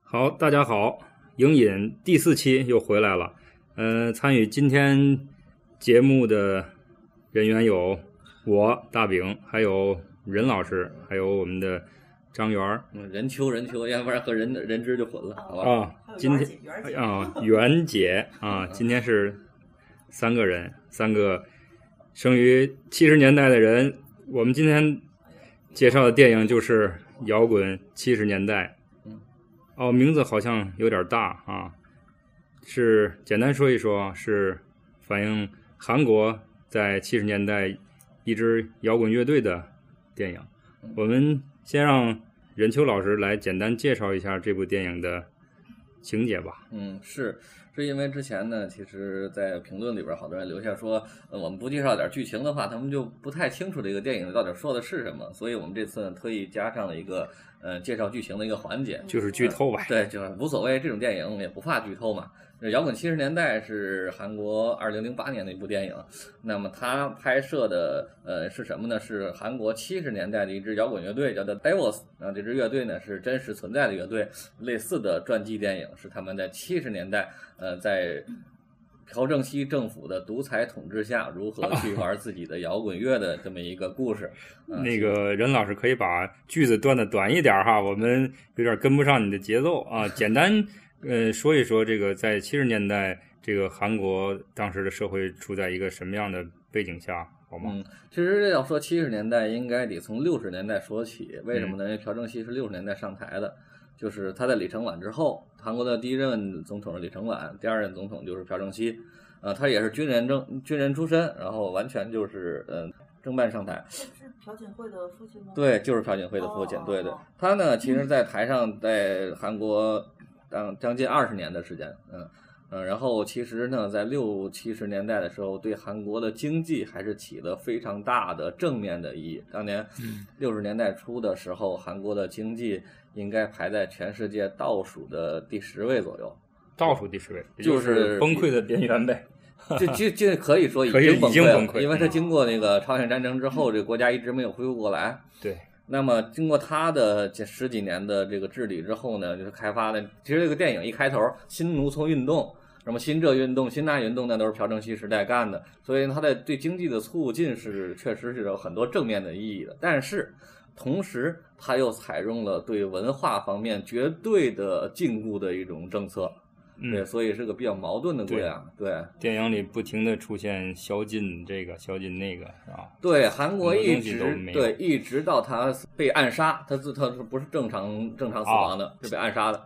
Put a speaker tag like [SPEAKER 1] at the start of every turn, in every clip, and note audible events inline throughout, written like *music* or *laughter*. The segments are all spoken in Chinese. [SPEAKER 1] 好，大家好，影引第四期又回来了。嗯，参与今天节目的人员有我大饼，还有任老师，还有我们的张元儿
[SPEAKER 2] 嗯，人秋人秋，要不然和人人之就混了，好吧？
[SPEAKER 1] 啊。
[SPEAKER 3] 还有
[SPEAKER 1] 今
[SPEAKER 3] 袁
[SPEAKER 1] 天
[SPEAKER 2] 哎
[SPEAKER 3] 姐，袁姐，
[SPEAKER 1] 啊，袁姐啊，今天是三个人，三个生于七十年代的人。我们今天介绍的电影就是摇滚七十年代
[SPEAKER 2] 嗯。
[SPEAKER 1] 哦，名字好像有点大啊，是简单说一说啊，是反映韩国在七十年代一支摇滚乐队的电影。我们先让任秋老师来简单介绍一下这部电影的情节吧。
[SPEAKER 2] 嗯，是，是因为之前呢，其实，在评论里边儿好多人留下说，呃，我们不介绍点儿剧情的话，他们就不太清楚这个电影到底说的是什么，所以我们这次呢，特意加上了一个，呃，介绍剧情的一个环节。
[SPEAKER 1] 就是剧透吧。
[SPEAKER 2] 对，就是无所谓，这种电影我们也不怕剧透嘛。这《摇滚七十年代》是韩国二零零八年的一部电影，那么它拍摄的呃是什么呢？是韩国七十年代的一支摇滚乐队，叫做 Devils。啊，这支乐队呢是真实存在的乐队，类似的传记电影是他们在七十年代呃在朴正熙政府的独裁统治下如何去玩自己的摇滚乐的这么一个故事。呃
[SPEAKER 1] 那个任老师可以把句子断的短一点儿哈，我们有点跟不上你的节奏啊。简单呃说一说这个在七十年代这个韩国当时的社会处在一个什么样的背景下，好吗？
[SPEAKER 2] 嗯，其实要说七十年代，应该得从六十年代说起。为什么呢？因为朴正熙是六十年代上台的，就是他在李承晚之后，韩国的第一任总统是李承晚，第二任总统就是朴正熙。呃，他也是军人政军人出身，然后完全就是嗯、呃、政办上台。
[SPEAKER 3] 是朴槿惠的父亲吗？
[SPEAKER 2] 对，就是朴槿惠的父亲。
[SPEAKER 3] 哦
[SPEAKER 2] 对对
[SPEAKER 3] 哦，
[SPEAKER 2] 他呢，其实，在台上在韩国当将近二十年的时间，嗯嗯，然后其实呢，在六七十年代的时候，对韩国的经济还是起了非常大的正面的意义。当年六十年代初的时候，韩国的经济应该排在全世界倒数的第十位左右，
[SPEAKER 1] 倒数第十位，也
[SPEAKER 2] 就是
[SPEAKER 1] 崩溃的边缘呗。 *laughs*
[SPEAKER 2] 这这这可以说已
[SPEAKER 1] 可以
[SPEAKER 2] 经崩
[SPEAKER 1] 已经
[SPEAKER 2] 溃了，
[SPEAKER 1] 崩溃
[SPEAKER 2] 因为它
[SPEAKER 1] 嗯
[SPEAKER 2] 经过那个朝鲜战争之后，这个国家一直没有恢复过来。
[SPEAKER 1] 对，
[SPEAKER 2] 那么经过他的这十几年的这个治理之后呢，就是开发的。其实这个电影一开头，新农村运动，什么新这运动、新那运动，那都是朴正熙时代干的。所以他的对经济的促进是确实是有很多正面的意义的。但是同时，他又采用了对文化方面绝对的禁锢的一种政策，对，
[SPEAKER 1] 嗯，
[SPEAKER 2] 所以是个比较矛盾的国家。对
[SPEAKER 1] 电影里不停的出现宵禁这个宵禁那个啊，
[SPEAKER 2] 对，韩国一
[SPEAKER 1] 什么东西都
[SPEAKER 2] 直
[SPEAKER 1] 没有
[SPEAKER 2] 对一直到他被暗杀，他自他是不是正常正常死亡
[SPEAKER 1] 啊
[SPEAKER 2] 的，是被暗杀的。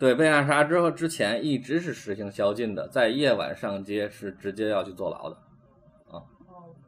[SPEAKER 2] 对，被暗杀之后之前一直是实行宵禁的，在夜晚上街是直接要去坐牢的。
[SPEAKER 3] 哦，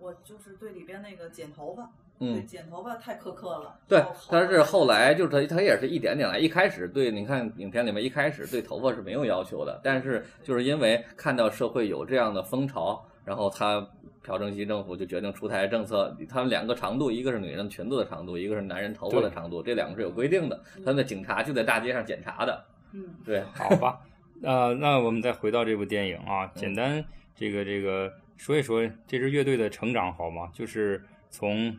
[SPEAKER 3] 我就是对里边那个剪头发，对
[SPEAKER 2] 嗯，
[SPEAKER 3] 剪头发太苛刻了。
[SPEAKER 2] 对
[SPEAKER 3] 要，好
[SPEAKER 2] 他是后来就是他他也是一点点来，一开始对你看影片里面一开始对头发是没有要求的，但是就是因为看到社会有这样的风潮，然后他朴正熙政府就决定出台政策，他们两个长度，一个是女人裙子的长度，一个是男人头发的
[SPEAKER 1] 对
[SPEAKER 2] 长度，这两个是有规定的。他们的警察就在大街上检查的。
[SPEAKER 3] 嗯，
[SPEAKER 2] 对，
[SPEAKER 1] 好吧， *laughs* 呃，那我们再回到这部电影啊，
[SPEAKER 2] 嗯
[SPEAKER 1] 简单这个这个说一说这支乐队的成长好吗？就是从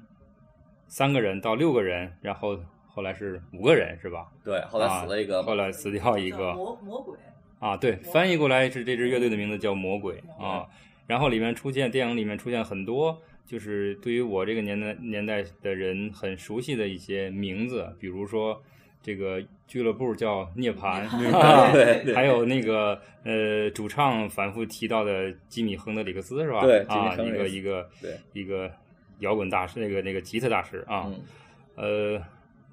[SPEAKER 1] 三个人到六个人，然后后来是五个人是吧？啊
[SPEAKER 2] 对，后来死了一个，
[SPEAKER 1] 后来死掉一
[SPEAKER 3] 叫
[SPEAKER 1] 个
[SPEAKER 3] 魔魔鬼，嗯
[SPEAKER 1] 啊，对，翻译过来是这支乐队的名字叫魔鬼啊。然后里面出现电影里面出现很多，就是对于我这个年代年代的人很熟悉的一些名字，比如说这个俱乐部叫涅
[SPEAKER 3] *laughs*
[SPEAKER 1] 槃，
[SPEAKER 2] 啊对对
[SPEAKER 1] 还有那个呃，主唱反复提到的吉米·亨德里克斯是吧？
[SPEAKER 2] 对吉米
[SPEAKER 1] 啊，
[SPEAKER 2] 亨
[SPEAKER 1] 一
[SPEAKER 2] 德
[SPEAKER 1] 个
[SPEAKER 2] 里克斯
[SPEAKER 1] 一个
[SPEAKER 2] 对
[SPEAKER 1] 一个摇滚大师，那个那个吉他大师啊，
[SPEAKER 2] 嗯
[SPEAKER 1] 呃，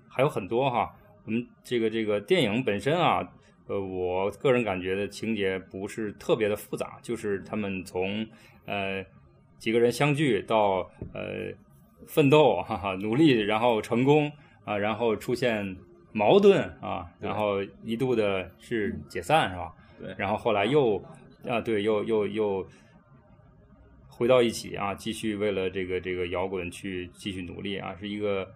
[SPEAKER 1] 还有很多哈。我们嗯这个这个电影本身啊，呃，我个人感觉的情节不是特别的复杂，就是他们从呃几个人相聚到呃奋斗，哈哈，努力，然后成功啊，然后出现矛盾啊，
[SPEAKER 2] 对
[SPEAKER 1] 然后一度的是解散是吧？
[SPEAKER 2] 对
[SPEAKER 1] 然后后来又啊，对，又又又回到一起啊，继续为了这个这个摇滚去继续努力啊，是一个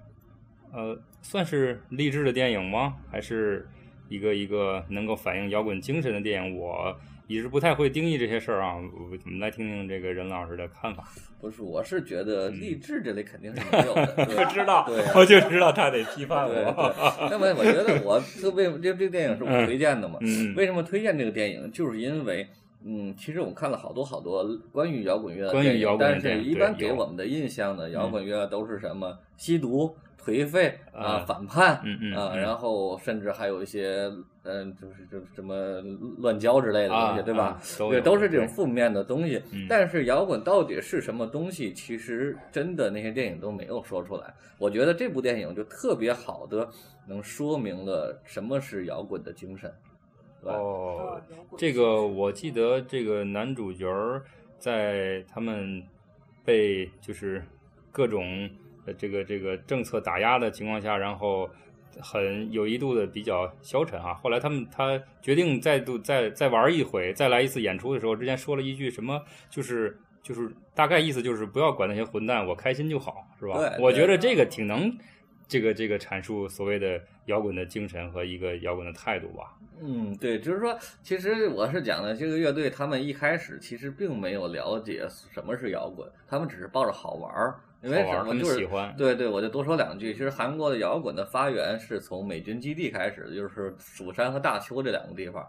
[SPEAKER 1] 呃，算是励志的电影吗？还是一个一个能够反映摇滚精神的电影？我一直不太会定义这些事儿啊，我我们来听听这个任老师的看法。
[SPEAKER 2] 不是，我是觉得励志这类肯定是没有的，对
[SPEAKER 1] 我知道
[SPEAKER 2] 对啊，
[SPEAKER 1] 我就知道他得批判
[SPEAKER 2] 对
[SPEAKER 1] 我。
[SPEAKER 2] 对，那么我觉得我特别这这个电影是我推荐的嘛，
[SPEAKER 1] 嗯，
[SPEAKER 2] 为什么推荐这个电影？就是因为，嗯，其实我看了好多好多关于摇滚乐的
[SPEAKER 1] 关于
[SPEAKER 2] 电影
[SPEAKER 1] 摇滚
[SPEAKER 2] 但
[SPEAKER 1] 的电
[SPEAKER 2] 是
[SPEAKER 1] 影
[SPEAKER 2] 一般
[SPEAKER 1] 对
[SPEAKER 2] 给
[SPEAKER 1] 有嗯
[SPEAKER 2] 我们的印象呢，摇滚乐都是什么吸毒、颓废啊、
[SPEAKER 1] 啊
[SPEAKER 2] 反叛。
[SPEAKER 1] 嗯嗯
[SPEAKER 2] 啊，
[SPEAKER 1] 嗯
[SPEAKER 2] 然后甚至还有一些，嗯、就是就是什么乱交之类的东
[SPEAKER 1] 啊
[SPEAKER 2] 西，，对吧？
[SPEAKER 1] 啊？都
[SPEAKER 2] 对，
[SPEAKER 1] 有
[SPEAKER 2] 都是这种负面的东西。
[SPEAKER 1] 嗯
[SPEAKER 2] 但是摇滚到底是什么东西，其实真的那些电影都没有说出来。我觉得这部电影就特别好的能说明了什么是摇滚的精神，对吧？
[SPEAKER 1] 哦，
[SPEAKER 3] 摇滚
[SPEAKER 1] 这个我记得，这个男主角儿在他们被就是各种呃这个这个政策打压的情况下，然后很有一度的比较消沉啊。后来他们他决定再度再再玩一回，再来一次演出的时候，之前说了一句什么，就是就是大概意思就是不要管那些混蛋，我开心就好，是吧？
[SPEAKER 2] 对
[SPEAKER 1] 我
[SPEAKER 2] 对
[SPEAKER 1] 觉得这个挺能。这个这个阐述所谓的摇滚的精神和一个摇滚的态度吧，
[SPEAKER 2] 嗯，对，就是说，其实我是讲的这个乐队，他们一开始其实并没有了解什么是摇滚，他们只是抱着好玩儿，因为
[SPEAKER 1] 好
[SPEAKER 2] 什
[SPEAKER 1] 玩，他
[SPEAKER 2] 么
[SPEAKER 1] 们
[SPEAKER 2] 就是
[SPEAKER 1] 喜欢，
[SPEAKER 2] 对对，我就多说两句。其实韩国的摇滚的发源是从美军基地开始的，就是釜山和大邱这两个地方，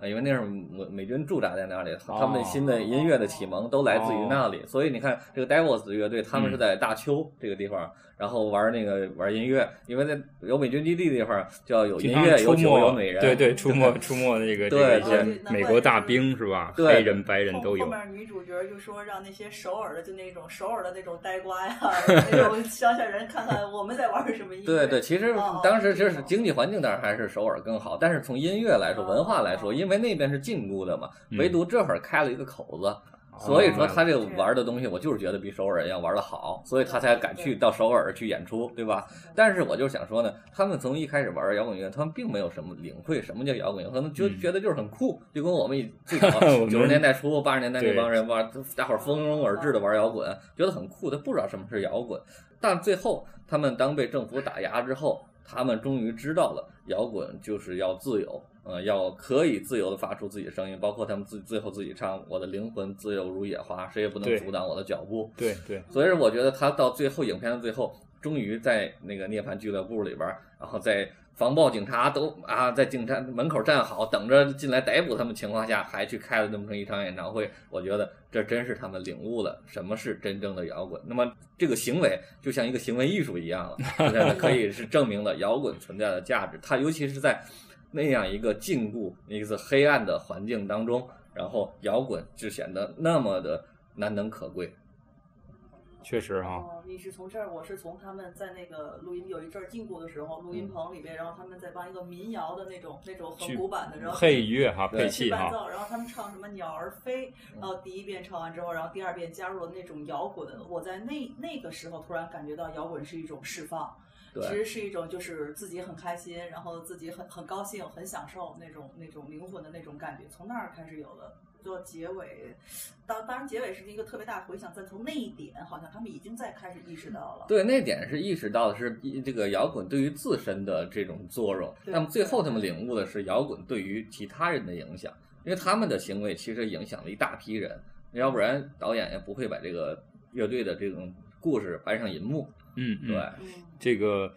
[SPEAKER 2] 啊，因为那是美美军驻扎在那里，他
[SPEAKER 1] 哦
[SPEAKER 2] 们的新的音乐的启蒙都来自于那里。所以你看，这个 Devils 乐队他们
[SPEAKER 1] 嗯
[SPEAKER 2] 是在大邱这个地方，然后玩那个玩音乐，因为在有美军基地的地方就要有音
[SPEAKER 1] 经常
[SPEAKER 2] 乐、有
[SPEAKER 1] 出
[SPEAKER 2] 酒、
[SPEAKER 1] 没
[SPEAKER 2] 有美人，
[SPEAKER 1] 对对，出没出没那个这个
[SPEAKER 2] 对
[SPEAKER 1] 一些
[SPEAKER 3] 对
[SPEAKER 1] 美国大兵是吧？
[SPEAKER 2] 对
[SPEAKER 1] 黑人白人
[SPEAKER 3] 后
[SPEAKER 1] 都有
[SPEAKER 3] 后。面女主角就说让那些首尔的就那种首尔的那种呆瓜呀， *laughs* 那种乡下人看看我们在玩什么音乐。
[SPEAKER 2] 对对，，其实
[SPEAKER 3] 哦
[SPEAKER 2] 当时就是经济环境当然还是首尔更好，但是从音乐来说、文化
[SPEAKER 3] 哦
[SPEAKER 2] 来说，因为那边是禁锢的嘛，
[SPEAKER 1] 嗯哦
[SPEAKER 2] 唯独这会儿开了一个口子，
[SPEAKER 1] 啊
[SPEAKER 2] 所以说他这个
[SPEAKER 3] 是
[SPEAKER 2] 玩的东西，我就是觉得比首尔人要玩的好，所以他才敢去到首尔去演出，对吧？
[SPEAKER 1] 嗯
[SPEAKER 2] 但是我就想说呢，他们从一开始玩摇滚乐，他们并没有什么领会什么叫摇滚乐，可能就
[SPEAKER 1] 嗯
[SPEAKER 2] 觉得就是很酷，就跟我们以最早
[SPEAKER 1] *laughs* 我们
[SPEAKER 2] 九十年代初、八十年代那
[SPEAKER 1] 对
[SPEAKER 2] 帮人玩，大伙儿蜂拥而至的玩摇滚，觉得很酷，他不知道什么是摇滚。但最后，他们当被政府打压之后，他们终于知道了摇滚就是要自由，呃，要可以自由的发出自己的声音，包括他们自最后自己唱“我的灵魂自由如野花，谁也不能
[SPEAKER 1] 对
[SPEAKER 2] 阻挡我的脚步”。
[SPEAKER 1] 对对，
[SPEAKER 2] 所以我觉得他到最后影片的最后，终于在那个涅槃俱乐部里边儿，然后在防暴警察都啊在警察门口站好，等着进来逮捕他们情况下，还去开了这么一场演唱会。我觉得这真是他们领悟了什么是真正的摇滚。那么这个行为就像一个行为艺术一样了，现在可以是证明了摇滚存在的价值。它尤其是在那样一个禁锢、一个黑暗的环境当中，然后摇滚就显得那么的难能可贵。
[SPEAKER 1] 确实哈，
[SPEAKER 3] 哦，你是从这儿，我是从他们在那个录音有一阵儿禁锢的时候，录音棚里边，然后他们在帮一个民谣的那种那种
[SPEAKER 1] 嗯去
[SPEAKER 3] 很古板的，然后
[SPEAKER 1] 配乐哈，
[SPEAKER 2] 对
[SPEAKER 1] 配
[SPEAKER 3] 去
[SPEAKER 1] 器哈，
[SPEAKER 3] 伴
[SPEAKER 1] 嗯
[SPEAKER 3] 奏，然后他们唱什么鸟儿飞，然后第一遍唱完之后，然后第二遍加入了那种摇滚，我在那那个时候突然感觉到摇滚是一种释放，
[SPEAKER 2] 对
[SPEAKER 3] 其实是一种就是自己很开心，然后自己很很高兴，很享受那种那种灵魂的那种感觉，从那儿开始有的。到结尾，当当然结尾是一个特别大的回响，但从那一点好像他们已经在开始意识到了。
[SPEAKER 2] 对，那点是意识到的是一这个摇滚对于自身的这种作用，
[SPEAKER 3] 对
[SPEAKER 2] 那么最后他们领悟的是摇滚对于其他人的影响，因为他们的行为其实影响了一大批人，要不然导演也不会把这个乐队的这种故事搬上银幕，
[SPEAKER 1] 嗯嗯
[SPEAKER 2] 对。
[SPEAKER 3] 嗯，
[SPEAKER 1] 这个，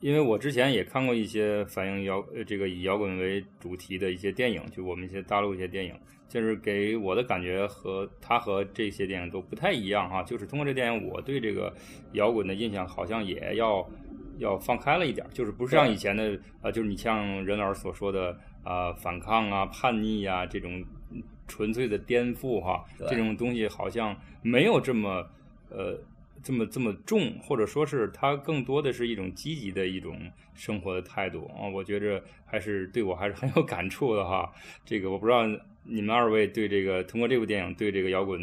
[SPEAKER 1] 因为我之前也看过一些反映摇呃这个以摇滚为主题的一些电影，就我们一些大陆一些电影，就是给我的感觉和它和这些电影都不太一样哈、就是通过这电影，我对这个摇滚的印象好像也要要放开了一点儿，就是不是像
[SPEAKER 2] 对
[SPEAKER 1] 以前的呃，就是你像任老师所说的啊、呃反抗啊、叛逆啊这种纯粹的颠覆哈、
[SPEAKER 2] 对
[SPEAKER 1] 这种东西好像没有这么呃这么这么重，或者说是它更多的是一种积极的一种生活的态度啊、我觉着还是对我还是很有感触的哈。这个我不知道你们二位对这个通过这部电影对这个摇滚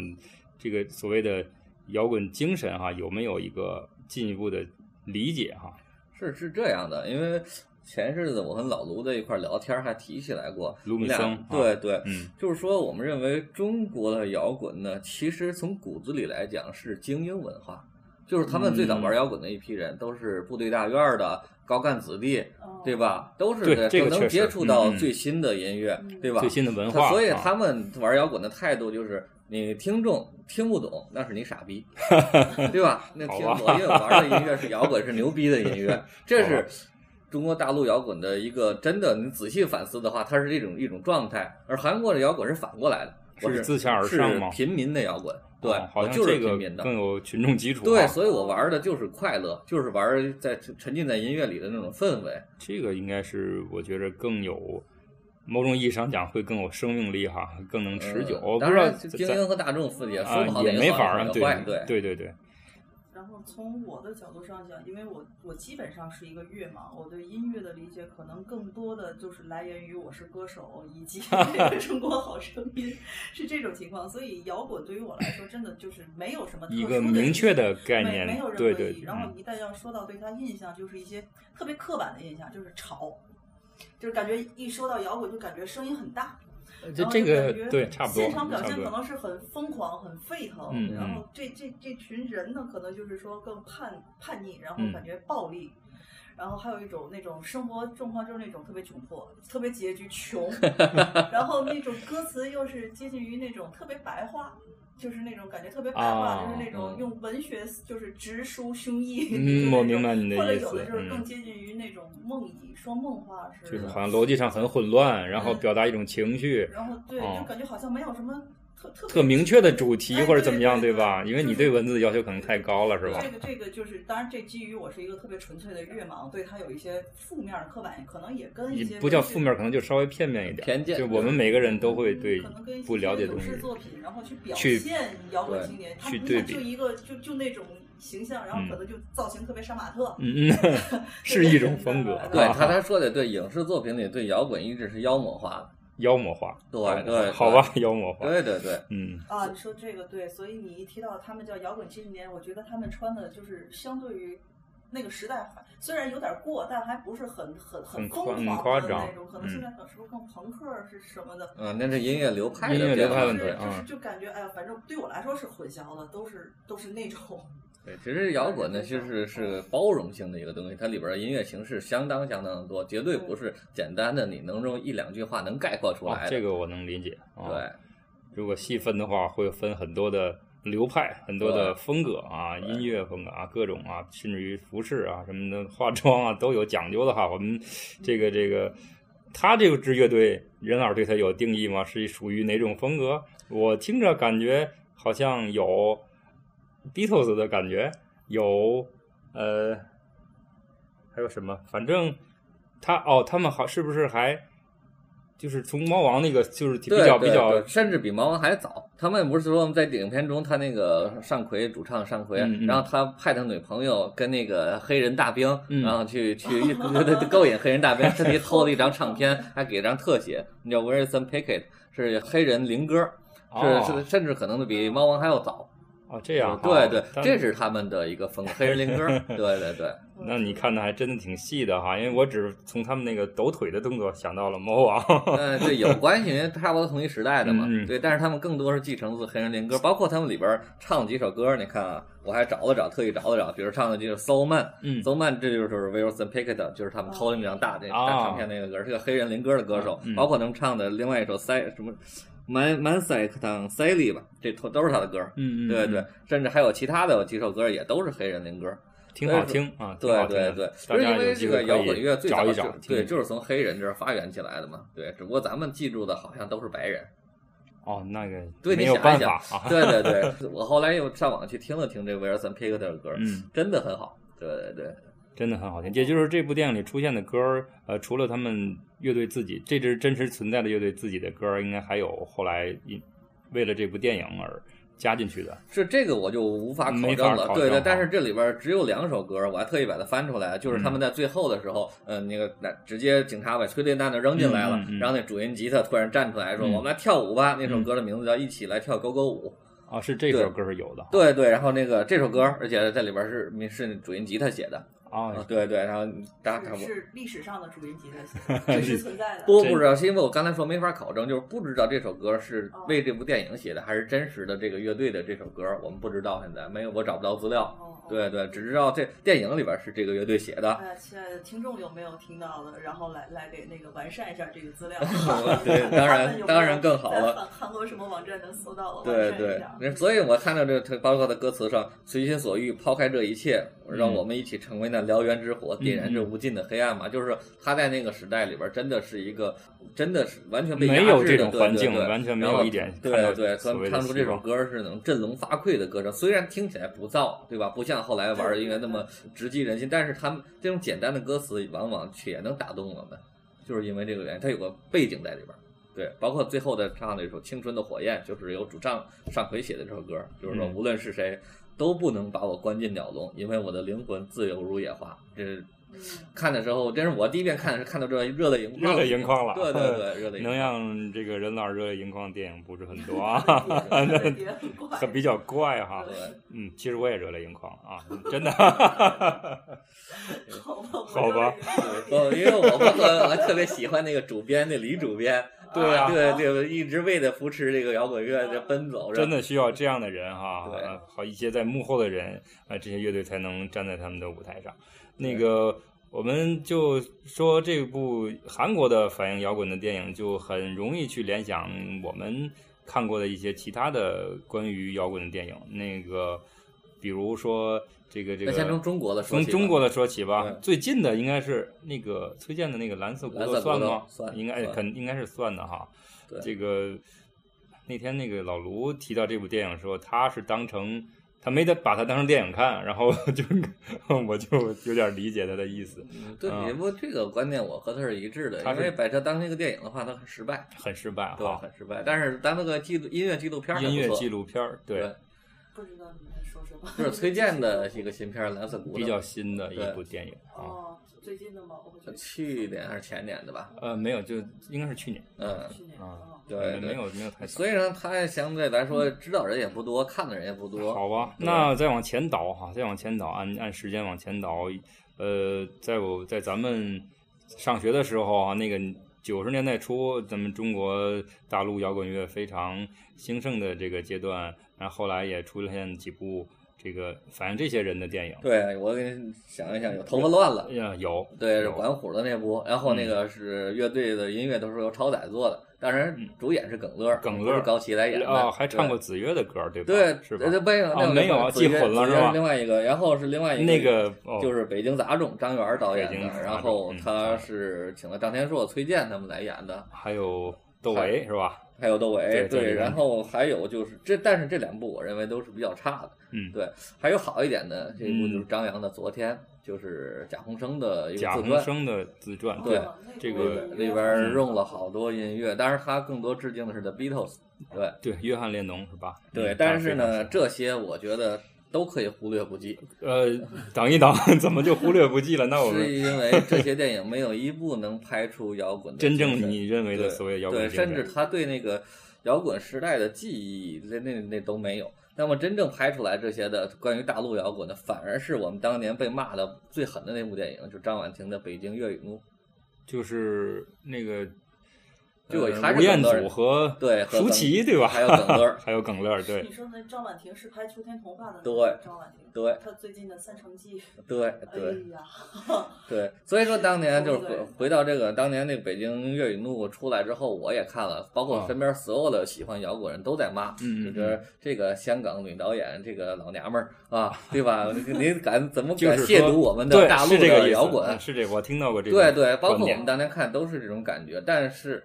[SPEAKER 1] 这个所谓的摇滚精神哈、有没有一个进一步的理解哈、
[SPEAKER 2] 是是这样的，因为前日子我跟老卢在一块儿聊天儿还提起来过，
[SPEAKER 1] 卢米
[SPEAKER 2] 你俩
[SPEAKER 1] 松啊
[SPEAKER 2] 对对，
[SPEAKER 1] 嗯
[SPEAKER 2] 就是说我们认为中国的摇滚呢，其实从骨子里来讲是精英文化，就是他们最早
[SPEAKER 1] 嗯
[SPEAKER 2] 玩摇滚的一批人都是部队大院儿的高干子弟，
[SPEAKER 3] 嗯
[SPEAKER 2] 对？吧？都是
[SPEAKER 1] 对
[SPEAKER 2] 在
[SPEAKER 1] 这个
[SPEAKER 2] 都能
[SPEAKER 1] 确实
[SPEAKER 2] 接触到
[SPEAKER 1] 嗯嗯
[SPEAKER 2] 最新的音乐，
[SPEAKER 3] 嗯
[SPEAKER 2] 对吧？
[SPEAKER 1] 最新的文
[SPEAKER 2] 他
[SPEAKER 1] 化，
[SPEAKER 2] 所以
[SPEAKER 1] 啊
[SPEAKER 2] 他们玩摇滚的态度就是，你听众听不懂，那是你傻
[SPEAKER 1] *laughs*
[SPEAKER 2] 逼，对吧？那听
[SPEAKER 1] 好吧
[SPEAKER 2] 懂，因为我玩的音乐是摇滚，是牛逼的
[SPEAKER 1] *laughs*
[SPEAKER 2] 音乐，这
[SPEAKER 1] 好
[SPEAKER 2] 是中国大陆摇滚的一个真的，你仔细反思的话，它是一种一种状态，而韩国的摇滚是反过来的，我
[SPEAKER 1] 是自下而上吗
[SPEAKER 2] 是贫民的摇滚，对
[SPEAKER 1] 哦，好
[SPEAKER 2] 我
[SPEAKER 1] 像
[SPEAKER 2] 就是
[SPEAKER 1] 这
[SPEAKER 2] 平
[SPEAKER 1] 个
[SPEAKER 2] 民的。
[SPEAKER 1] 更有群众基础、啊。
[SPEAKER 2] 对，所以我玩的就是快乐，就是玩在沉浸在音乐里的那种氛围。
[SPEAKER 1] 这个应该是我觉着更有某种意义上讲会更有生命力哈，更能持久。
[SPEAKER 2] 嗯
[SPEAKER 1] 我不
[SPEAKER 2] 当
[SPEAKER 1] 知道
[SPEAKER 2] 然，精英和大众分也说
[SPEAKER 1] 啊
[SPEAKER 2] 不好哪
[SPEAKER 1] 也
[SPEAKER 2] 个
[SPEAKER 1] 没
[SPEAKER 2] 好
[SPEAKER 1] 法儿啊，
[SPEAKER 2] 哪个坏
[SPEAKER 1] 对
[SPEAKER 2] 对
[SPEAKER 1] 对对对，
[SPEAKER 3] 然后从我的角度上讲，因为我我基本上是一个乐盲，我对音乐的理解可能更多的就是来源于《我是歌手》
[SPEAKER 1] *laughs*
[SPEAKER 3] 以及这个《中国好声音》是这种情况，所以摇滚对于我来说真的就是没有什么特殊
[SPEAKER 1] 一个明确的概
[SPEAKER 3] 没
[SPEAKER 1] 念
[SPEAKER 3] 没有，任何
[SPEAKER 1] 对
[SPEAKER 3] 意
[SPEAKER 1] 对
[SPEAKER 3] 义。，然后
[SPEAKER 1] 嗯，
[SPEAKER 3] 一旦要说到对他印象，就是一些特别刻板的印象，就是吵，就是感觉一说到摇滚就感觉声音很大，
[SPEAKER 1] 这
[SPEAKER 3] 然后
[SPEAKER 1] 这
[SPEAKER 3] 就感觉
[SPEAKER 1] 个对差不多，
[SPEAKER 3] 现场
[SPEAKER 1] 差
[SPEAKER 3] 表现
[SPEAKER 1] 不
[SPEAKER 3] 可
[SPEAKER 1] 多。
[SPEAKER 3] 能是很疯狂、很沸腾，
[SPEAKER 1] 嗯
[SPEAKER 3] 然后这这这群人呢，可能就是说更叛叛逆，然后
[SPEAKER 1] 嗯
[SPEAKER 3] 感觉暴力。然后还有一种那种生活状况就是那种特别窘迫、特别拮
[SPEAKER 1] *laughs*
[SPEAKER 3] 据、穷，然后那种歌词又是接近于那种特别白话，就是那种感觉特别白话，
[SPEAKER 1] 啊
[SPEAKER 3] 就是那种
[SPEAKER 2] 嗯
[SPEAKER 3] 用文学就是直抒胸臆。 *laughs* 就是那
[SPEAKER 1] 嗯，我明
[SPEAKER 3] 种
[SPEAKER 1] 白你的
[SPEAKER 3] 或者
[SPEAKER 1] 意
[SPEAKER 3] 有
[SPEAKER 1] 思
[SPEAKER 3] 的，就是更
[SPEAKER 1] 嗯，
[SPEAKER 3] 接近于那种梦呓，说梦话似的。
[SPEAKER 1] 就是好像逻辑上很混乱，然后
[SPEAKER 3] 嗯
[SPEAKER 1] 表达一种情绪，
[SPEAKER 3] 然后对，
[SPEAKER 1] 哦
[SPEAKER 3] 就感觉好像没有什么特特
[SPEAKER 1] 特
[SPEAKER 3] 特
[SPEAKER 1] 明确的主题
[SPEAKER 3] 哎
[SPEAKER 1] 或者
[SPEAKER 3] 对
[SPEAKER 1] 怎么样，
[SPEAKER 3] 对
[SPEAKER 1] 对吧？
[SPEAKER 3] 对
[SPEAKER 1] 因为你
[SPEAKER 3] 就
[SPEAKER 1] 对
[SPEAKER 3] 是
[SPEAKER 1] 文字的要求可能太高了，是吧
[SPEAKER 3] 这？个这个就是，当然这基于我是一个特别纯粹的乐盲，对他有一些负面的刻板，可能也跟一
[SPEAKER 1] 也
[SPEAKER 3] 些
[SPEAKER 1] 不叫
[SPEAKER 3] 文学
[SPEAKER 1] 负面，可能就稍微片面一点。
[SPEAKER 2] 偏见
[SPEAKER 1] 就我们每个人都会
[SPEAKER 3] 嗯
[SPEAKER 1] 对
[SPEAKER 3] 可能跟一
[SPEAKER 1] 不
[SPEAKER 3] 些
[SPEAKER 1] 了解的
[SPEAKER 3] 影
[SPEAKER 1] 东西
[SPEAKER 3] 视作品，然后去表
[SPEAKER 1] 去
[SPEAKER 3] 现摇滚
[SPEAKER 2] 对
[SPEAKER 3] 青年，他
[SPEAKER 1] 去
[SPEAKER 3] 不
[SPEAKER 1] 对
[SPEAKER 3] 想
[SPEAKER 1] 比
[SPEAKER 3] 就一个就就那种形象，然后可能就造型特别杀马特，
[SPEAKER 1] 嗯嗯，
[SPEAKER 3] *laughs*
[SPEAKER 1] 是一种风格，
[SPEAKER 2] *laughs* 对
[SPEAKER 1] 啊 *laughs*
[SPEAKER 2] 他他说的对，影视作品里对摇滚一直是妖魔化的。
[SPEAKER 1] 妖魔化，
[SPEAKER 2] 对对，
[SPEAKER 1] 好吧，妖魔化，
[SPEAKER 2] 对，对对对，
[SPEAKER 1] 嗯，
[SPEAKER 3] 啊，你说这个对，所以你一提到他们叫摇滚七十年，我觉得他们穿的就是相对于那个时代还，虽然有点过，但还不是很很
[SPEAKER 1] 很
[SPEAKER 3] 疯
[SPEAKER 1] 夸
[SPEAKER 3] 狂
[SPEAKER 1] 很夸
[SPEAKER 3] 的
[SPEAKER 1] 张
[SPEAKER 3] 那种。可能
[SPEAKER 1] 嗯
[SPEAKER 3] 现在可能是不是更朋克是什么的？
[SPEAKER 2] 嗯，那是音乐流派
[SPEAKER 1] 音乐
[SPEAKER 2] 的
[SPEAKER 1] 流
[SPEAKER 2] 变
[SPEAKER 1] 派
[SPEAKER 2] 化
[SPEAKER 1] 问题
[SPEAKER 3] 就是
[SPEAKER 2] 对
[SPEAKER 1] 啊
[SPEAKER 3] 就是就感觉哎呀，反正对我来说是混淆了，都是都是那种。
[SPEAKER 2] 对，其实摇滚呢，其实是包容性的一个东西，它里边的音乐形式相当相当的多，绝对不是简单的你能用一两句话能概括出
[SPEAKER 1] 嗯啊，
[SPEAKER 2] 来
[SPEAKER 1] 这
[SPEAKER 2] 的。
[SPEAKER 1] 个我能理解。啊、
[SPEAKER 2] 对，
[SPEAKER 1] 如果细分的话，会分很多的流派，很多的风格啊，
[SPEAKER 2] 对
[SPEAKER 1] 音乐风格啊，各种啊，甚至于服饰啊什么的，化妆啊都有讲究的哈。我们这
[SPEAKER 2] 嗯
[SPEAKER 1] 个这个，他这个支乐队，任老师对他有定义吗？是属于哪种风格？我听着感觉好像有 Beatles 的感觉，有呃，还有什么？反正他哦，他们好是不是还？就是从猫王那个，就是比
[SPEAKER 2] 对
[SPEAKER 1] 较
[SPEAKER 2] 对
[SPEAKER 1] 比较
[SPEAKER 2] 对甚至比猫王还早。他们不是说在影片中，他那个尚奎主唱尚奎，
[SPEAKER 1] 嗯嗯
[SPEAKER 2] 然后他派他女朋友跟那个黑人大兵，
[SPEAKER 1] 嗯
[SPEAKER 2] 然后去去勾引黑人大兵，特地偷了一张唱片，还给一张特写，叫 Wilson Pickett，是黑人灵歌，
[SPEAKER 1] 哦
[SPEAKER 2] 是是甚至可能比猫王还要早。
[SPEAKER 1] 哦，这样哈
[SPEAKER 2] 对对，
[SPEAKER 1] 但
[SPEAKER 2] 这是他们的一个风格，黑人灵
[SPEAKER 1] *laughs*
[SPEAKER 2] 歌。对对对，
[SPEAKER 1] *laughs* 那你看的还真的挺细的哈，因为我只从他们那个抖腿的动作想到了猫王， *laughs*
[SPEAKER 2] 嗯，对，有关系，因为差不多同一时代的嘛。
[SPEAKER 1] 嗯嗯
[SPEAKER 2] 对，但是他们更多是继承自黑人灵歌，包括他们里边唱几首歌，你看啊，我还找了找，特意找了找，比如唱的就是《So Man》，
[SPEAKER 1] 嗯 *laughs*
[SPEAKER 2] 《So Man》这就是 Wilson Pickett，就是他们偷的那张大那
[SPEAKER 1] 啊
[SPEAKER 2] 大唱片那个歌，是个黑人灵歌的歌手
[SPEAKER 1] 嗯，
[SPEAKER 2] 包括他们唱的另外一首塞什么。Man Man s a c t on Sally 吧，这都都是他的歌，
[SPEAKER 1] 嗯
[SPEAKER 2] 对对，，甚至还有其他的几首歌也都是黑人灵歌，
[SPEAKER 1] 挺好听啊，挺
[SPEAKER 2] 对
[SPEAKER 1] 好听
[SPEAKER 2] 对
[SPEAKER 1] 的
[SPEAKER 2] 对，
[SPEAKER 1] 大
[SPEAKER 2] 因
[SPEAKER 1] 家有
[SPEAKER 2] 为
[SPEAKER 1] 机
[SPEAKER 2] 这
[SPEAKER 1] 会
[SPEAKER 2] 个
[SPEAKER 1] 可
[SPEAKER 2] 摇滚乐
[SPEAKER 1] 以
[SPEAKER 2] 最
[SPEAKER 1] 找
[SPEAKER 2] 早
[SPEAKER 1] 一
[SPEAKER 2] 就
[SPEAKER 1] 找，嗯
[SPEAKER 2] 对，
[SPEAKER 1] 听
[SPEAKER 2] 就是从黑人这儿发源起来的嘛。对，只不过咱们记住的好像都是白
[SPEAKER 1] *laughs*
[SPEAKER 2] 人。
[SPEAKER 1] 哦，那个
[SPEAKER 2] 对
[SPEAKER 1] 没
[SPEAKER 2] 你
[SPEAKER 1] 有
[SPEAKER 2] 想
[SPEAKER 1] 办
[SPEAKER 2] 一想
[SPEAKER 1] 法啊，
[SPEAKER 2] 对对对，我后来又上网去听了听这威尔森·皮克特的歌，
[SPEAKER 1] 嗯，
[SPEAKER 2] 真的很好。对对对，
[SPEAKER 1] 真的很好听。也就是这部电影里出现的歌儿，呃，除了他们乐队自己这支真实存在的乐队自己的歌儿，应该还有后来因为了这部电影而加进去的。
[SPEAKER 2] 是这个我就无法考
[SPEAKER 1] 没
[SPEAKER 2] 证
[SPEAKER 1] 法
[SPEAKER 2] 了。
[SPEAKER 1] 考
[SPEAKER 2] 对
[SPEAKER 1] 证
[SPEAKER 2] 对
[SPEAKER 1] 哈，
[SPEAKER 2] 但是这里边只有两首歌，我还特意把它翻出来，就是他们在最后的时候，嗯，那个那直接警察把催泪弹都扔进来了
[SPEAKER 1] 嗯嗯嗯，
[SPEAKER 2] 然后那主音吉他突然站出来说：“
[SPEAKER 1] 嗯
[SPEAKER 2] 我们来跳舞吧。”那首歌的名字叫《一起来跳勾勾舞》。
[SPEAKER 1] 啊，是这
[SPEAKER 2] 对
[SPEAKER 1] 首歌是有的。
[SPEAKER 2] 对对，然后那个这首歌，而且在里边是是主音吉他写的，啊
[SPEAKER 1] 啊，
[SPEAKER 2] 对对，然后大家看
[SPEAKER 3] 嗯是
[SPEAKER 2] 过。
[SPEAKER 3] 是历史上的主音
[SPEAKER 1] *laughs*
[SPEAKER 3] 吉他写，真实存在的。
[SPEAKER 2] 不不知道，啊是因为我刚才说没法考证，就是不知道这首歌是
[SPEAKER 3] 哦
[SPEAKER 2] 为这部电影写的，还是真实的这个乐队的这首歌，我们不知道。现在没有，我找不到资料。
[SPEAKER 3] 哦，哦
[SPEAKER 2] 对对，只知道这电影里边是这个乐队写的。。
[SPEAKER 3] 呃，亲爱的听众有没有听到的？然后来来给那个完善一下这个资料
[SPEAKER 2] *laughs*
[SPEAKER 3] *laughs*
[SPEAKER 2] 对当然
[SPEAKER 3] 哎他们有没有
[SPEAKER 2] 当然更好了
[SPEAKER 3] 在韩韩国什么网站能搜到我？
[SPEAKER 2] 对
[SPEAKER 3] 完善一
[SPEAKER 2] 对
[SPEAKER 3] 下，
[SPEAKER 2] 那所以我看到这，包括他歌词上“随心所欲，抛开这一切，让
[SPEAKER 1] 嗯
[SPEAKER 2] 我们一起成为那燎原之火，点燃这无尽的黑暗”嘛，就是他在那个时代里边，真的是一个，真的是完全被
[SPEAKER 1] 没
[SPEAKER 2] 压
[SPEAKER 1] 有这
[SPEAKER 2] 制的
[SPEAKER 1] 种
[SPEAKER 2] 对
[SPEAKER 1] 环
[SPEAKER 2] 对
[SPEAKER 1] 境
[SPEAKER 2] 对
[SPEAKER 1] 完全没
[SPEAKER 2] 然
[SPEAKER 1] 有
[SPEAKER 2] 后
[SPEAKER 1] 一点看
[SPEAKER 2] 对
[SPEAKER 1] 到
[SPEAKER 2] 对，所
[SPEAKER 1] 所
[SPEAKER 2] 以
[SPEAKER 1] 谓
[SPEAKER 2] 唱
[SPEAKER 1] 的
[SPEAKER 2] 出
[SPEAKER 1] 希
[SPEAKER 2] 这首
[SPEAKER 1] 望
[SPEAKER 2] 歌是那种振聋发聩的歌声，虽然听起来不燥，对吧？不像后来玩儿音乐那么直击人心，但是他们这种简单的歌词，往往却也能打动我们，就是因为这个原因，它有个背景在里边儿。对，包括最后的唱的一首《青春的火焰》，就是由主唱尚奎写的这首歌，就是说
[SPEAKER 1] 嗯
[SPEAKER 2] 无论是谁都不能把我关进鸟笼，因为我的灵魂自由如野花。这是
[SPEAKER 3] 嗯
[SPEAKER 2] 看的时候，这是我第一遍看是看到这热泪盈眶，
[SPEAKER 1] 热泪盈眶了。
[SPEAKER 2] 对对对，热泪
[SPEAKER 1] *laughs*
[SPEAKER 2] 盈
[SPEAKER 1] 能
[SPEAKER 2] 眶。
[SPEAKER 1] 让这个任老师热泪盈眶的电影不是很多啊， *laughs*
[SPEAKER 3] 也很怪
[SPEAKER 1] 很比较怪哈。
[SPEAKER 2] 对，
[SPEAKER 1] 嗯，其实我也热泪盈眶啊，
[SPEAKER 2] *laughs*
[SPEAKER 1] 真的。
[SPEAKER 3] *laughs* 好吧，我
[SPEAKER 1] 好吧
[SPEAKER 2] *laughs* 不，哦因为我我我特别喜欢那个主编，那李主编，
[SPEAKER 1] *laughs* 对啊
[SPEAKER 2] 对对，一直为了扶持这个摇滚乐在奔走，
[SPEAKER 1] 真的需要这样的人哈，
[SPEAKER 2] 对
[SPEAKER 1] 啊好一些在幕后的人啊、这些乐队才能站在他们的舞台上。那个，我们就说这部韩国的反映摇滚的电影，就很容易去联想我们看过的一些其他的关于摇滚的电影。那个，比如说这个这
[SPEAKER 2] 那
[SPEAKER 1] 个，
[SPEAKER 2] 先从中国的说
[SPEAKER 1] 从
[SPEAKER 2] 起吧，
[SPEAKER 1] 中国的说起吧
[SPEAKER 2] 对，
[SPEAKER 1] 最近的应该是那个崔健的那个蓝色骨
[SPEAKER 2] 蓝色
[SPEAKER 1] 头
[SPEAKER 2] 骨
[SPEAKER 1] 算
[SPEAKER 2] 头
[SPEAKER 1] 吗？
[SPEAKER 2] 算
[SPEAKER 1] 应该
[SPEAKER 2] 算
[SPEAKER 1] 肯应该是算的哈
[SPEAKER 2] 对。
[SPEAKER 1] 这个那天那个老卢提到这部电影说，他是当成他没得把它当成电影看，然后 *laughs* 就我就有点理解他的意思，
[SPEAKER 2] 嗯对，
[SPEAKER 1] 嗯
[SPEAKER 2] 你不这个观念我和他是一致的，
[SPEAKER 1] 他
[SPEAKER 2] 因
[SPEAKER 1] 是
[SPEAKER 2] 为把它当成一个电影的话，它很失败，
[SPEAKER 1] 很失败
[SPEAKER 2] 对，
[SPEAKER 1] 哈。
[SPEAKER 2] 很失败。但是当那个纪录音乐纪录片儿还不
[SPEAKER 1] 音乐
[SPEAKER 2] 错
[SPEAKER 1] 纪录片儿对
[SPEAKER 2] 对，
[SPEAKER 3] 不知道你们在说什么。
[SPEAKER 2] 就是崔健的一个新片儿《蓝色骨头》，
[SPEAKER 1] 比较新的
[SPEAKER 2] 对
[SPEAKER 1] 一部电影啊，
[SPEAKER 3] 哦，最近的吗？我觉得
[SPEAKER 2] 去年还是前年的吧，
[SPEAKER 1] 呃，没有，就应该是去年，
[SPEAKER 2] 嗯，
[SPEAKER 3] 去年
[SPEAKER 1] 啊
[SPEAKER 3] 哦
[SPEAKER 2] 对对
[SPEAKER 1] 没有没有太早
[SPEAKER 2] 所以呢，他相对来说知道人也不多，看的人也不多，
[SPEAKER 1] 好吧，
[SPEAKER 2] 对
[SPEAKER 1] 那再往前倒哈，再往前倒，按按时间往前倒，呃，在我在咱们上学的时候啊，那个九十年代初，咱们中国大陆摇滚乐非常兴盛的这个阶段，然后后来也出现几部这个反映这些人的电影，
[SPEAKER 2] 对我给你想一想，有头发乱了，
[SPEAKER 1] 哎呀，有
[SPEAKER 2] 对，是
[SPEAKER 1] 有
[SPEAKER 2] 管虎的那部，然
[SPEAKER 1] 嗯
[SPEAKER 2] 后那个是乐队的音乐都是由超仔做的，当然
[SPEAKER 1] 嗯
[SPEAKER 2] 主演是耿乐，
[SPEAKER 1] 耿
[SPEAKER 2] 不
[SPEAKER 1] 乐
[SPEAKER 2] 是高旗来演的，
[SPEAKER 1] 啊，还唱
[SPEAKER 2] 对
[SPEAKER 1] 过子曰的歌，对吧？
[SPEAKER 2] 对，
[SPEAKER 1] 是吧
[SPEAKER 2] 对？没有，那
[SPEAKER 1] 啊
[SPEAKER 2] 个
[SPEAKER 1] 没有啊
[SPEAKER 2] 子
[SPEAKER 1] 记
[SPEAKER 2] 曰
[SPEAKER 1] 混了
[SPEAKER 2] 子
[SPEAKER 1] 是
[SPEAKER 2] 曰
[SPEAKER 1] 吧
[SPEAKER 2] 另外一个，然后是另外一个
[SPEAKER 1] 那个哦，
[SPEAKER 2] 就是是《北京杂种》，张元儿导演
[SPEAKER 1] 北京杂种
[SPEAKER 2] 的，然后
[SPEAKER 1] 嗯
[SPEAKER 2] 他是请了张天硕、崔健他们来演的，
[SPEAKER 1] 还有窦唯是吧？
[SPEAKER 2] 还有窦唯，
[SPEAKER 1] 对对对
[SPEAKER 2] 然后还有就是这，但是这两部我认为都是比较差的，
[SPEAKER 1] 嗯，
[SPEAKER 2] 对，还有好一点的这一部
[SPEAKER 1] 嗯
[SPEAKER 2] 就是张扬的《昨天》，就是贾宏声的一个
[SPEAKER 1] 贾
[SPEAKER 2] 自
[SPEAKER 1] 宏
[SPEAKER 2] 传。
[SPEAKER 1] 声的自传，
[SPEAKER 2] 对
[SPEAKER 3] 哦那
[SPEAKER 1] 这
[SPEAKER 3] 我也
[SPEAKER 1] 个
[SPEAKER 3] 没
[SPEAKER 2] 里边儿
[SPEAKER 1] 嗯
[SPEAKER 2] 用了
[SPEAKER 3] 嗯
[SPEAKER 2] 好多音乐，当然他更多致敬的是 The Beatles，对
[SPEAKER 1] 对，约翰列侬是吧？
[SPEAKER 2] 对，
[SPEAKER 1] 嗯大家
[SPEAKER 2] 但是
[SPEAKER 1] 非
[SPEAKER 2] 呢，
[SPEAKER 1] 常
[SPEAKER 2] 这些我觉得都可以忽略不计，
[SPEAKER 1] 呃，等一等， *laughs* 怎么就忽略不计了？那我
[SPEAKER 2] 是
[SPEAKER 1] 们
[SPEAKER 2] 因为这些电影没有一部能拍出摇滚的
[SPEAKER 1] 真
[SPEAKER 2] 精
[SPEAKER 1] 正
[SPEAKER 2] 神
[SPEAKER 1] 你认为的所谓摇滚
[SPEAKER 2] 对，
[SPEAKER 1] 精神
[SPEAKER 2] 甚至他对那个摇滚时代的记忆，那那那都没有。那么真正拍出来这些的关于大陆摇滚的，反而是我们当年被骂的最狠的那部电影，就是张婉婷的《北京粤语墓
[SPEAKER 1] 就是那个，
[SPEAKER 2] 就
[SPEAKER 1] 呃
[SPEAKER 2] 还是
[SPEAKER 1] 吴彦
[SPEAKER 2] 耿乐儿
[SPEAKER 1] 祖和
[SPEAKER 2] 对和
[SPEAKER 1] 舒
[SPEAKER 2] 耿
[SPEAKER 1] 淇对吧？
[SPEAKER 2] 还有耿乐
[SPEAKER 1] *laughs*
[SPEAKER 2] 儿
[SPEAKER 1] 还有耿乐儿，啊对
[SPEAKER 3] 你，说那张婉婷是拍《秋天童话》的那
[SPEAKER 2] 对
[SPEAKER 3] 个张婉婷，》。
[SPEAKER 2] 对
[SPEAKER 3] 她最近的《三城记》，
[SPEAKER 2] 对对，
[SPEAKER 3] 哎呀，
[SPEAKER 2] 对，所以说当年就是回
[SPEAKER 3] 对
[SPEAKER 2] 回到这个当年那个北京粤语怒出来之后，我也看了，包括
[SPEAKER 1] 啊
[SPEAKER 2] 身边所有的喜欢摇滚人都在骂，
[SPEAKER 1] 嗯
[SPEAKER 2] 就觉得这个香港女导演这个老娘们儿啊，
[SPEAKER 1] *laughs*
[SPEAKER 2] 对吧？您敢怎么
[SPEAKER 1] 就
[SPEAKER 2] 敢
[SPEAKER 1] 是
[SPEAKER 2] 亵
[SPEAKER 1] 说
[SPEAKER 2] 渎我们的
[SPEAKER 1] 对
[SPEAKER 2] 大陆
[SPEAKER 1] 是这个
[SPEAKER 2] 的
[SPEAKER 1] 意思
[SPEAKER 2] 摇滚？
[SPEAKER 1] 嗯是这个，我听到过这个，
[SPEAKER 2] 对对，包
[SPEAKER 1] 观
[SPEAKER 2] 括我
[SPEAKER 1] 点
[SPEAKER 2] 们当年看都是这种感觉，但是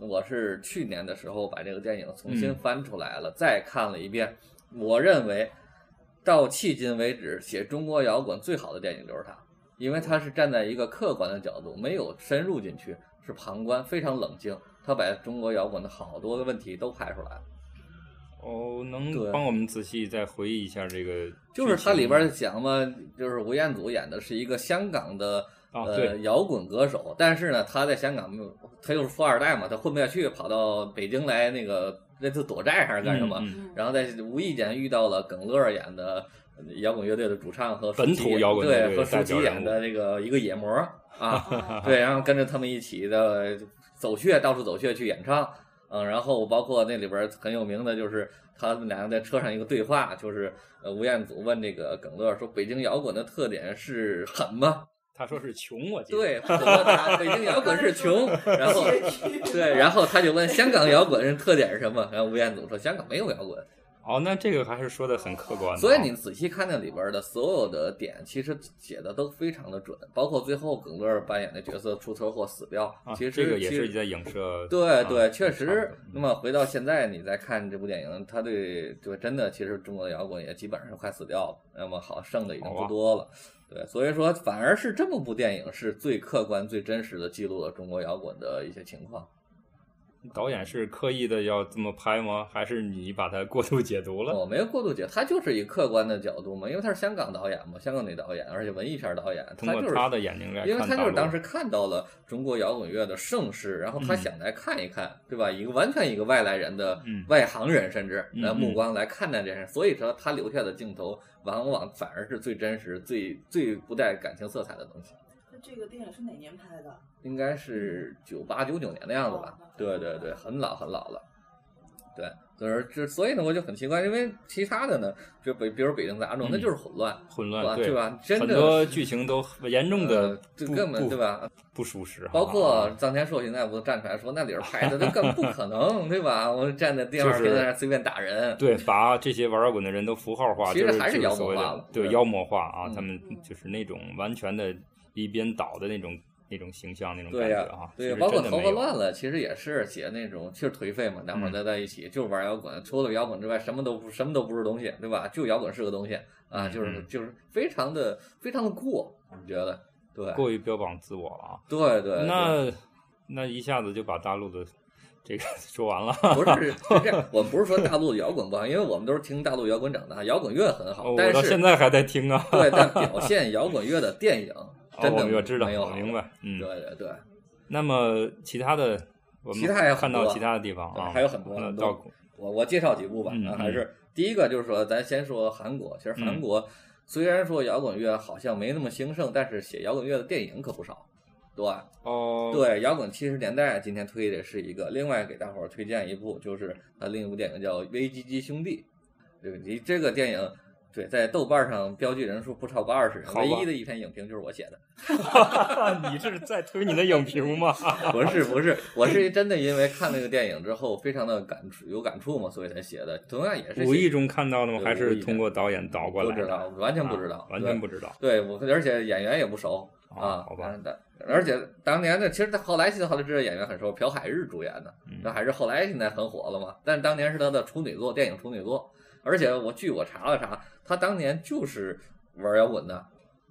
[SPEAKER 2] 我是去年的时候把这个电影重新
[SPEAKER 1] 嗯
[SPEAKER 2] 翻出来了，再看了一遍，我认为到迄今为止写中国摇滚最好的电影就是它，因为它是站在一个客观的角度，没有深入进去，是旁观，非常冷静，它把中国摇滚的好多的问题都拍出来了。
[SPEAKER 1] 哦，
[SPEAKER 2] 对
[SPEAKER 1] 能帮我们仔细再回忆一下这个剧情吗，
[SPEAKER 2] 就是它里边儿讲嘛，就是吴彦祖演的是一个香港的、
[SPEAKER 1] 啊
[SPEAKER 2] 呃
[SPEAKER 1] 对
[SPEAKER 2] 摇滚歌手，但是呢，他在香港没有，他就是富二代嘛，他混不下去，跑到北京来那个这次躲债还是干什么？
[SPEAKER 1] 嗯
[SPEAKER 3] 嗯
[SPEAKER 2] 然后在无意间遇到了耿乐演的摇滚乐队的主唱和舒
[SPEAKER 1] 本
[SPEAKER 2] 淇
[SPEAKER 1] 土摇滚乐队
[SPEAKER 2] 对
[SPEAKER 1] 的
[SPEAKER 2] 和
[SPEAKER 1] 代表
[SPEAKER 2] 舒
[SPEAKER 1] 人
[SPEAKER 2] 淇演
[SPEAKER 1] 物
[SPEAKER 2] 的那个一个野魔
[SPEAKER 1] *laughs*
[SPEAKER 2] 啊，
[SPEAKER 3] 啊
[SPEAKER 2] 对，然后跟着他们一起的走穴，到处走穴去演唱。嗯，然后包括那里边很有名的就是他们俩在车上一个对话，就是呃吴彦祖问这个耿乐说：“北京摇滚的特点是狠吗
[SPEAKER 1] 他说是穷，我？”记得。
[SPEAKER 2] 对，狠吗他北京摇滚是穷。然后
[SPEAKER 3] *laughs*
[SPEAKER 2] 对，然后他就问香港摇滚特点是什么？然后吴彦祖说：“香港没有摇滚。”
[SPEAKER 1] 哦，那这个还是说的很客观的啊。
[SPEAKER 2] 所以你仔细看那里边的所有的点，其实写的都非常的准，包括最后耿乐扮演的角色出车祸死掉，
[SPEAKER 1] 啊
[SPEAKER 2] 其实
[SPEAKER 1] 这个也
[SPEAKER 2] 其实
[SPEAKER 1] 是在影射。
[SPEAKER 2] 对
[SPEAKER 1] 啊
[SPEAKER 2] 对，确实
[SPEAKER 1] 差不多。
[SPEAKER 2] 那么回到现在，你再看这部电影，它对对真的，其实中国的摇滚也基本上快死掉了，那么好剩的已经
[SPEAKER 1] 好
[SPEAKER 2] 不
[SPEAKER 1] 啊
[SPEAKER 2] 多了。对，所以说反而是这么部电影是最客观、最真实的记录了中国摇滚的一些情况。
[SPEAKER 1] 导演是刻意的要这么拍吗？还是你把它过度解读了？
[SPEAKER 2] 我没有过度解，他就是以客观的角度嘛，因为他是香港导演嘛，香港女导演，而且文艺片导演，
[SPEAKER 1] 通
[SPEAKER 2] 他
[SPEAKER 1] 过
[SPEAKER 2] 就是
[SPEAKER 1] 他的眼睛来看大陆，
[SPEAKER 2] 因为他就是当时看到了中国摇滚乐的盛世，然后他想来看一看，对吧？一个完全一个外来人的
[SPEAKER 1] 嗯
[SPEAKER 2] 外行人，甚至
[SPEAKER 1] 嗯
[SPEAKER 2] 的
[SPEAKER 1] 嗯
[SPEAKER 2] 目光来看待这事，所以说他留下的镜头往往反而是最真实、最最不带感情色彩的东西。
[SPEAKER 3] 那这个电影是哪年拍的？
[SPEAKER 2] 应该是九八九九年的样子吧
[SPEAKER 3] 哦？
[SPEAKER 2] 对对对，很老很老了。对，就是这，所以呢，我就很奇怪，因为其他的呢，就北，比如北京杂种，那就是混乱，
[SPEAKER 1] 嗯混
[SPEAKER 2] 哇
[SPEAKER 1] 乱，
[SPEAKER 2] 对吧？真
[SPEAKER 1] 很
[SPEAKER 2] 正
[SPEAKER 1] 多剧情都严重的
[SPEAKER 2] 呃这
[SPEAKER 1] 不
[SPEAKER 2] 根本
[SPEAKER 1] 不
[SPEAKER 2] 对吧？
[SPEAKER 1] 不属实啊，
[SPEAKER 2] 包括臧天寿现在不站出来说那里边拍
[SPEAKER 1] *laughs*
[SPEAKER 2] 的，那根本不可能，对吧？我站在电话
[SPEAKER 1] 就
[SPEAKER 2] 亭
[SPEAKER 1] 是
[SPEAKER 2] 在那儿随便打人，
[SPEAKER 1] 对把这些玩摇滚的人都符号化，
[SPEAKER 2] 其实
[SPEAKER 1] 就是
[SPEAKER 2] 还是
[SPEAKER 1] 就是所谓
[SPEAKER 2] 妖魔化了
[SPEAKER 1] 的对
[SPEAKER 2] 对
[SPEAKER 1] 妖魔化啊，
[SPEAKER 2] 嗯
[SPEAKER 1] 他们
[SPEAKER 3] 嗯
[SPEAKER 1] 就是那种完全的一边倒的那种那种形象那种
[SPEAKER 2] 对
[SPEAKER 1] 感
[SPEAKER 2] 呀
[SPEAKER 1] 觉啊，
[SPEAKER 2] 对
[SPEAKER 1] 其
[SPEAKER 2] 呀，
[SPEAKER 1] 实
[SPEAKER 2] 包括
[SPEAKER 1] 真的
[SPEAKER 2] 头
[SPEAKER 1] 没
[SPEAKER 2] 发
[SPEAKER 1] 有
[SPEAKER 2] 乱了，其实也是写那种就是颓废嘛，大伙儿
[SPEAKER 1] 嗯
[SPEAKER 2] 待在一起就玩摇滚，除了摇滚之外什么都不什么都不是东西，对吧？就摇滚是个东西啊，
[SPEAKER 1] 嗯
[SPEAKER 2] 就是
[SPEAKER 1] 嗯
[SPEAKER 2] 就是非常的非常的过，你觉得？对
[SPEAKER 1] 过于标榜自我了啊。
[SPEAKER 2] 对对，
[SPEAKER 1] 那那一下子就把大陆的这个 *laughs* 说完了。
[SPEAKER 2] 对不是是这样，我们不是说大陆的摇滚不好，因为我们都是听大陆摇滚长大，摇滚乐很好，
[SPEAKER 1] 哦我
[SPEAKER 2] 哦但
[SPEAKER 1] 到
[SPEAKER 2] 是
[SPEAKER 1] 现在还在听啊。
[SPEAKER 2] 对，但表现摇滚乐的电影真
[SPEAKER 1] 哦
[SPEAKER 2] 的
[SPEAKER 1] 我知道，
[SPEAKER 2] 没有
[SPEAKER 1] 我
[SPEAKER 2] 好
[SPEAKER 1] 明白。嗯，
[SPEAKER 2] 对对对，
[SPEAKER 1] 那么其他的，我们
[SPEAKER 2] 其他还有
[SPEAKER 1] 看
[SPEAKER 2] 很
[SPEAKER 1] 到
[SPEAKER 2] 多
[SPEAKER 1] 其他的地方
[SPEAKER 2] 对
[SPEAKER 1] 啊，
[SPEAKER 2] 还有很多
[SPEAKER 1] 那
[SPEAKER 2] 很多
[SPEAKER 1] 到
[SPEAKER 2] 我我介绍几部吧，
[SPEAKER 1] 嗯
[SPEAKER 2] 啊
[SPEAKER 1] 嗯
[SPEAKER 2] 还是第一个就是说，咱先说韩国。其实韩国虽然说摇滚乐好像没那么兴盛，但是写摇滚乐的电影可不少。对
[SPEAKER 1] 哦，，
[SPEAKER 2] *laughs* 对，摇滚七十年代今天推的是一个，另外给大伙儿推荐一部，就是他另一部电影叫《危机机兄弟》。对，你这个电影对在豆瓣上标记人数不超过二十人，
[SPEAKER 1] 好吧
[SPEAKER 2] 唯一的一篇影评就是我写的。
[SPEAKER 1] 你是在推你的影评
[SPEAKER 2] *laughs*
[SPEAKER 1] 吗？
[SPEAKER 2] 不是不是，我
[SPEAKER 1] *laughs*
[SPEAKER 2] 是真的因为看那个电影之后非常的感触有感触嘛，所以才写的。同样也是
[SPEAKER 1] 无
[SPEAKER 2] 写
[SPEAKER 1] 意中看到的吗？
[SPEAKER 2] 对
[SPEAKER 1] 还
[SPEAKER 2] 无
[SPEAKER 1] 是
[SPEAKER 2] 意的
[SPEAKER 1] 通过导演导过
[SPEAKER 2] 不
[SPEAKER 1] 来
[SPEAKER 2] 知
[SPEAKER 1] 的？
[SPEAKER 2] 道，完全不知道，
[SPEAKER 1] 啊完全
[SPEAKER 2] 不
[SPEAKER 1] 不知道。
[SPEAKER 2] 对我，而且演员也不熟啊
[SPEAKER 1] 啊。好吧
[SPEAKER 2] 嗯但而且当年的，其实他后来现在后来知道演员很熟，朴海日主演的
[SPEAKER 1] 嗯，
[SPEAKER 2] 那还是后来现在很火了嘛。但是当年是他的处女作，电影处女作。而且我据我查了查，他当年就是玩摇滚的